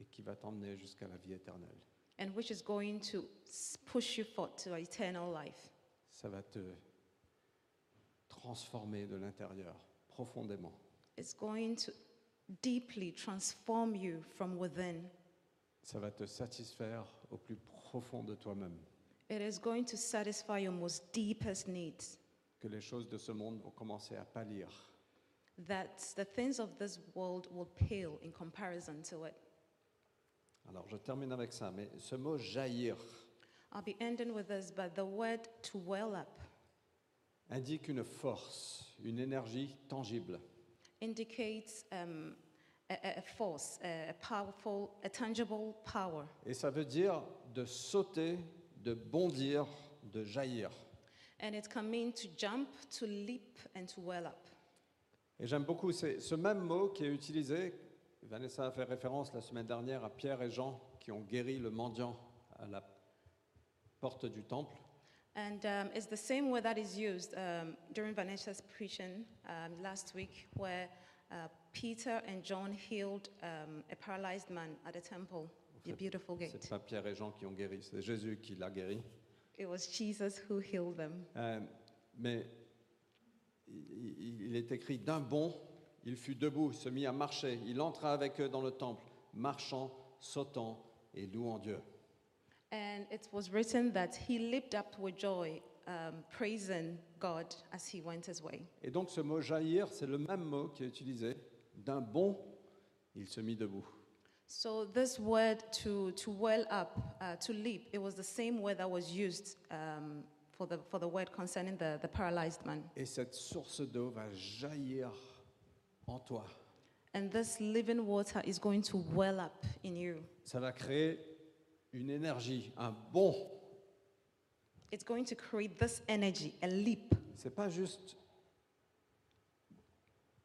Speaker 1: et qui va t'emmener jusqu'à la vie éternelle.
Speaker 2: and which is going to s- push you forth to eternal life.
Speaker 1: Ça va te transformer de l'intérieur profondément.
Speaker 2: It's going to deeply transform you from within.
Speaker 1: Ça va te satisfaire au plus profond de toi-même.
Speaker 2: It is going to satisfy your most deepest needs.
Speaker 1: Que les choses de ce monde vont commencer à pâlir.
Speaker 2: That the things of this world will pale in comparison to it.
Speaker 1: Alors je termine avec ça, mais ce mot jaillir
Speaker 2: I'll be ending with this, but the word to well up
Speaker 1: indique une force, une énergie tangible.
Speaker 2: indicates um, a, a- a force, a, a powerful, a tangible power.
Speaker 1: Et ça veut dire de sauter, de bondir, de jaillir.
Speaker 2: And it can mean to jump, to leap, and to well up.
Speaker 1: Et j'aime beaucoup c'est ce même mot qui est utilisé. Vanessa a fait référence la semaine dernière à Pierre et Jean qui ont guéri le mendiant à la porte du temple.
Speaker 2: And um, it's the same word that is used um, during Vanessa's preaching um, last week, where uh, Peter and John healed um, a paralyzed man at the temple, the beautiful gate.
Speaker 1: C'est pas Pierre et Jean qui ont guéri, c'est Jésus qui l'a guéri.
Speaker 2: It was Jesus who healed them.
Speaker 1: Euh, mais il, il- il est écrit d'un bond, il fut debout, se mit à marcher, il entra avec eux dans le temple, marchant, sautant et louant Dieu.
Speaker 2: And it was written that he leaped up with joy, um, praising God as he went his way.
Speaker 1: Et donc ce mot jaillir, c'est le même mot qui est utilisé. D'un bond, il se mit debout.
Speaker 2: So this word to, to well up, uh, to leap, it was the same word that was used um, for, the, for the word concerning the, the paralyzed man.
Speaker 1: Et cette source d'eau va jaillir en toi.
Speaker 2: And this living water is going to well up in you.
Speaker 1: Ça va créer une énergie, un bond.
Speaker 2: It's going to create this energy, a leap.
Speaker 1: C'est pas juste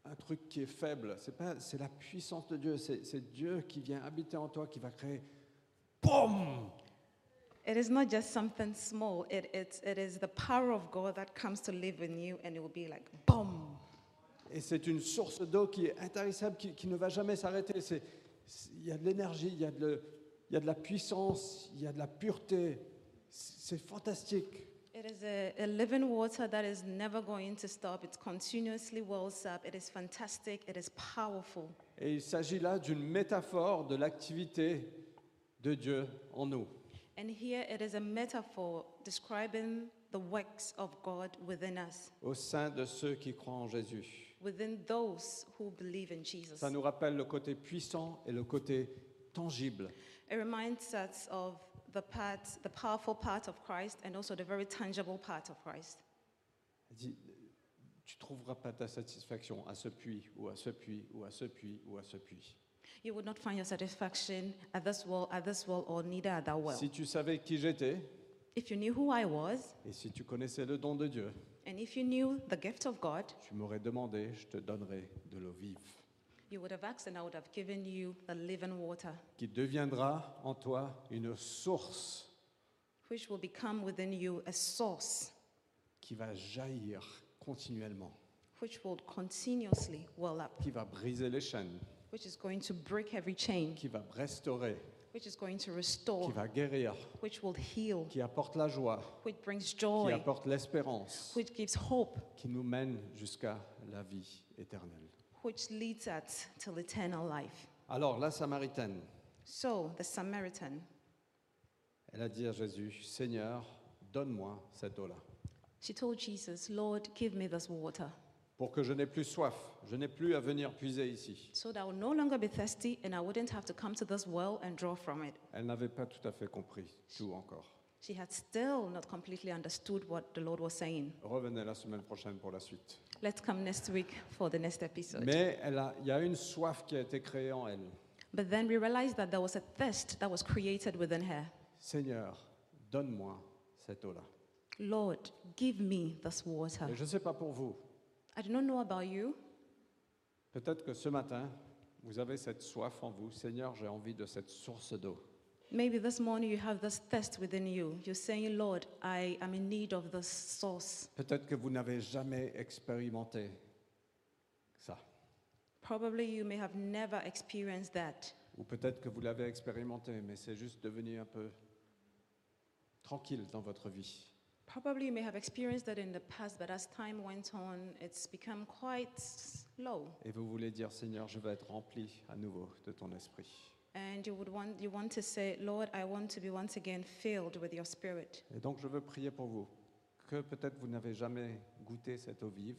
Speaker 1: un truc qui est faible. C'est pas, c'est la puissance de Dieu. C'est, c'est Dieu qui vient habiter en toi, qui va créer. BOM
Speaker 2: It is not just something small, it, it, it is the power of God that comes to live in you, and it will be like boom.
Speaker 1: Et c'est une source d'eau qui est intarissable, qui, qui ne va jamais s'arrêter. C'est, c'est- il y a de l'énergie, il y a de, le- il y a de la puissance, il y a de la pureté. C'est- c'est fantastique.
Speaker 2: It is a, a living water that is never going to stop. It continuously wells up. It is fantastic. It is powerful.
Speaker 1: Et il s'agit là d'une métaphore de l'activité de Dieu en nous.
Speaker 2: And here it is a metaphor describing the works of God within us,
Speaker 1: au sein de ceux qui croient en Jésus.
Speaker 2: within those who believe in Jesus.
Speaker 1: Ça nous rappelle le côté puissant et le côté tangible.
Speaker 2: It reminds us of the part, the powerful part of Christ and also the very tangible part of Christ.
Speaker 1: Elle dit, tu trouveras pas ta satisfaction à ce puits ou à ce puits ou à ce puits ou à ce puits.
Speaker 2: You would not find your satisfaction at this world, at this world, or neither at that world.
Speaker 1: Si tu savais qui j'étais,
Speaker 2: If you knew who I was,
Speaker 1: Et si tu connaissais le don de Dieu,
Speaker 2: and if you knew the gift of God,
Speaker 1: tu m'aurais demandé, je te donnerai de l'eau vive,
Speaker 2: you would have asked, and I would have given you the living water,
Speaker 1: qui deviendra en toi une source
Speaker 2: which will become within you a source
Speaker 1: qui va jaillir continuellement,
Speaker 2: which will continuously well up,
Speaker 1: qui va briser les chaînes,
Speaker 2: which is going to break every chain,
Speaker 1: qui va restaurer,
Speaker 2: which is going
Speaker 1: qui
Speaker 2: to restore,
Speaker 1: va guérir,
Speaker 2: which will heal,
Speaker 1: qui apporte la joie,
Speaker 2: which brings
Speaker 1: qui
Speaker 2: joy,
Speaker 1: apporte l'espérance,
Speaker 2: which gives hope,
Speaker 1: qui nous mène jusqu'à la vie éternelle.
Speaker 2: which leads us till eternal life.
Speaker 1: Alors la Samaritaine,
Speaker 2: So the Samaritan,
Speaker 1: elle a dit à Jésus, Seigneur, donne-moi cette eau-là,
Speaker 2: she told Jesus, Lord, give me this water
Speaker 1: pour que je n'ai plus soif, je n'ai plus à venir puiser ici.
Speaker 2: so that I will no longer be thirsty and I wouldn't have to come to this well and draw from it.
Speaker 1: Elle n'avait pas tout à fait compris tout encore.
Speaker 2: She had still not completely understood what the Lord was saying.
Speaker 1: Revenez la semaine prochaine pour la suite.
Speaker 2: Let's come next week for the next episode.
Speaker 1: Mais elle a- il y a une soif qui a été créée en elle.
Speaker 2: But then we realized that there was a thirst that was created within her.
Speaker 1: Seigneur, donne-moi cette eau-là.
Speaker 2: Lord, give me this water.
Speaker 1: Et je ne sais pas pour vous,
Speaker 2: I do not know about you.
Speaker 1: peut-être que ce matin, vous avez cette soif en vous. Seigneur, j'ai envie de cette source d'eau.
Speaker 2: Maybe this morning you have this thirst within you. You're saying, Lord, I am in need of this source.
Speaker 1: Peut-être que vous n'avez jamais expérimenté ça.
Speaker 2: Probably you may have never experienced that.
Speaker 1: Ou peut-être que vous l'avez expérimenté, mais c'est juste devenu un peu tranquille dans votre vie.
Speaker 2: Probably you may have experienced that in the past, but as time went on, it's become quite low.
Speaker 1: Et vous voulez dire, Seigneur, je veux être rempli à nouveau de ton esprit.
Speaker 2: And you would want you want to say, Lord, I want to be once again filled with your spirit.
Speaker 1: Et donc je veux prier pour vous, que peut-être vous n'avez jamais goûté cette eau vive,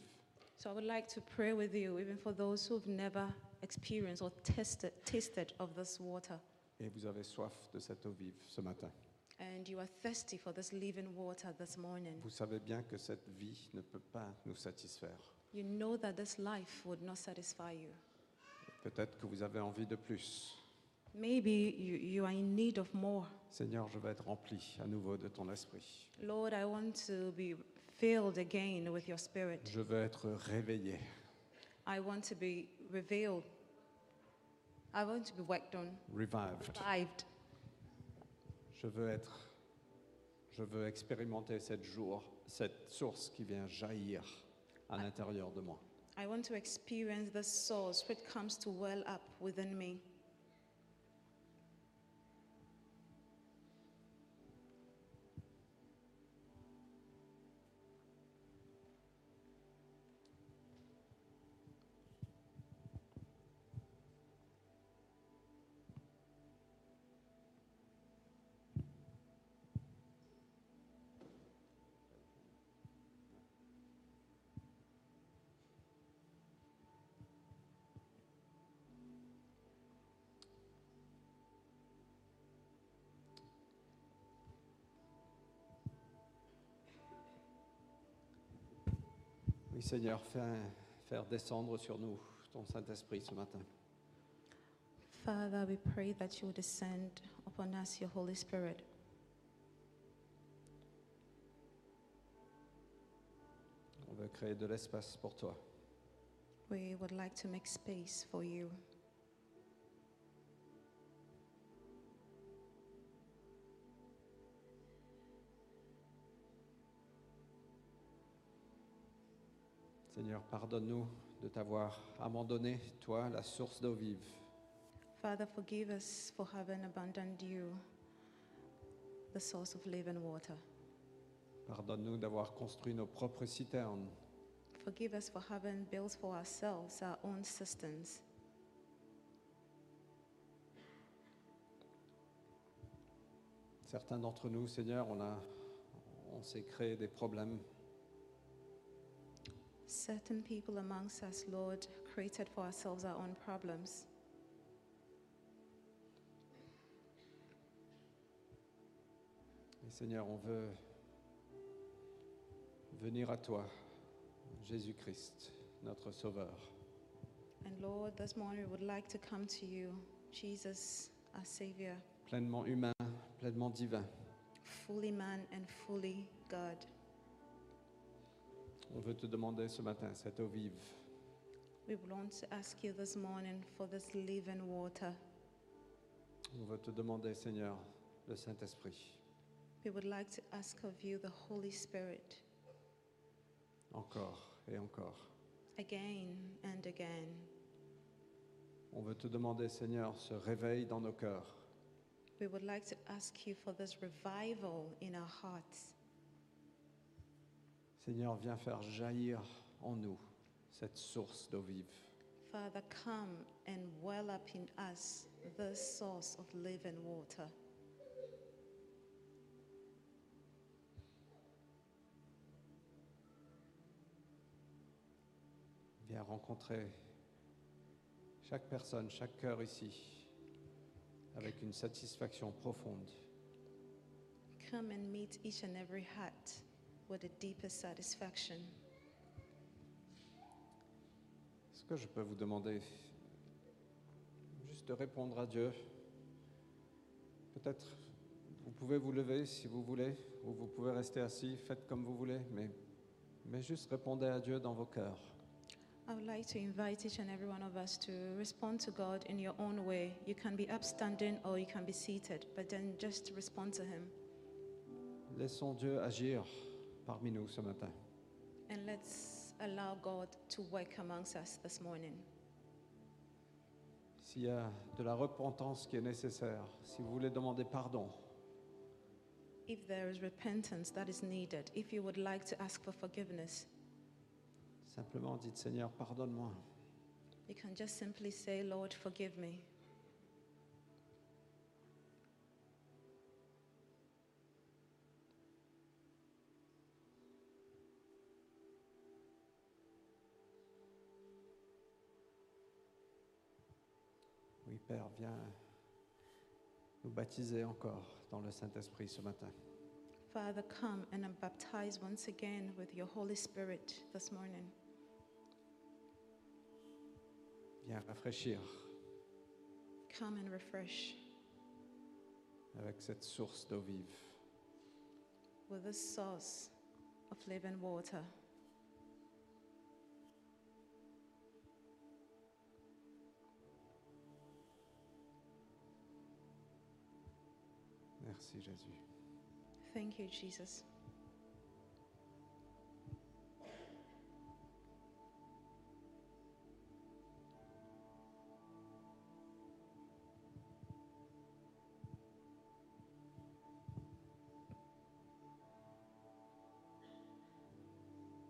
Speaker 2: So I would like to pray with you, even for those who've never experienced or tasted tasted of this water.
Speaker 1: et vous avez soif de cette eau vive ce matin.
Speaker 2: And you are thirsty for this living water this morning.
Speaker 1: Vous savez bien que cette vie ne peut pas nous satisfaire.
Speaker 2: You know that this life would not satisfy you.
Speaker 1: Peut-être que vous avez envie de plus.
Speaker 2: Maybe you, you are in need of more.
Speaker 1: Seigneur, je veux être rempli à nouveau de ton esprit.
Speaker 2: Lord, I want to be filled again with your spirit.
Speaker 1: Je veux être réveillé.
Speaker 2: I want to be revealed. I want to be worked on,
Speaker 1: Revived.
Speaker 2: revived.
Speaker 1: Je veux être. Je veux expérimenter cette jour, cette source qui vient jaillir à l'intérieur de moi.
Speaker 2: I want to experience the source which comes to well up within me.
Speaker 1: Oui, Seigneur, fais un- faire descendre sur nous ton Saint-Esprit ce matin.
Speaker 2: Father, we pray that you will descend upon us your Holy Spirit.
Speaker 1: On veut créer de l'espace pour toi.
Speaker 2: We would like to make space for you.
Speaker 1: Seigneur, pardonne-nous de t'avoir abandonné, toi, la source d'eau vive.
Speaker 2: Father, forgive us for having abandoned you, the source of living water.
Speaker 1: Pardonne-nous d'avoir construit nos propres citernes.
Speaker 2: Forgive us for having built for ourselves our own systems.
Speaker 1: Certains d'entre nous, Seigneur, on, a- on s'est créé des problèmes.
Speaker 2: Certain people amongst us, Lord, created for ourselves our own problems.
Speaker 1: Et Seigneur, on veut venir à toi, Jésus-Christ, notre Sauveur.
Speaker 2: And Lord, this morning we would like to come to you, Jesus, our Savior,
Speaker 1: pleinement humain, pleinement divin,
Speaker 2: fully man and fully God.
Speaker 1: On veut te demander ce matin cette eau vive.
Speaker 2: We want to ask you this morning for this living water.
Speaker 1: On veut te demander, Seigneur, le Saint-Esprit.
Speaker 2: We would like to ask of you the Holy Spirit
Speaker 1: Encore et encore.
Speaker 2: again and again.
Speaker 1: On veut te demander, Seigneur, ce réveil dans nos cœurs.
Speaker 2: We would like to ask you for this revival in our hearts.
Speaker 1: Seigneur, viens faire jaillir en nous cette source d'eau vive.
Speaker 2: Father, come and well up in us the source of living water.
Speaker 1: Viens rencontrer chaque personne, chaque cœur ici, avec une satisfaction profonde.
Speaker 2: Come and meet each and every heart with the deepest satisfaction.
Speaker 1: Est-ce que je peux vous demander juste de répondre à Dieu Peut-être vous pouvez vous lever si vous voulez, ou vous pouvez rester assis, faites comme vous voulez, mais, mais juste répondez à Dieu dans vos cœurs.
Speaker 2: I would like to invite each and every one of us to respond to God in your own way. You can be upstanding or you can be seated, but then just respond to Him
Speaker 1: Laissons Dieu agir parmi nous ce matin.
Speaker 2: and let's allow God to work amongst us this morning.
Speaker 1: S'il y a de la repentance qui est nécessaire, si vous voulez demander pardon,
Speaker 2: If there is repentance that is needed, if you would like to ask for forgiveness,
Speaker 1: simplement dites Seigneur, pardonne-moi.
Speaker 2: you can just simply say, Lord, forgive me.
Speaker 1: Oui, Père, viens nous baptiser encore dans le Saint-Esprit ce matin.
Speaker 2: Father, come and I'm baptized once again with your Holy Spirit this morning.
Speaker 1: Viens rafraîchir
Speaker 2: Come and refresh
Speaker 1: avec cette source d'eau vive.
Speaker 2: with this source of living water.
Speaker 1: Merci Jésus.
Speaker 2: Thank you, Jesus.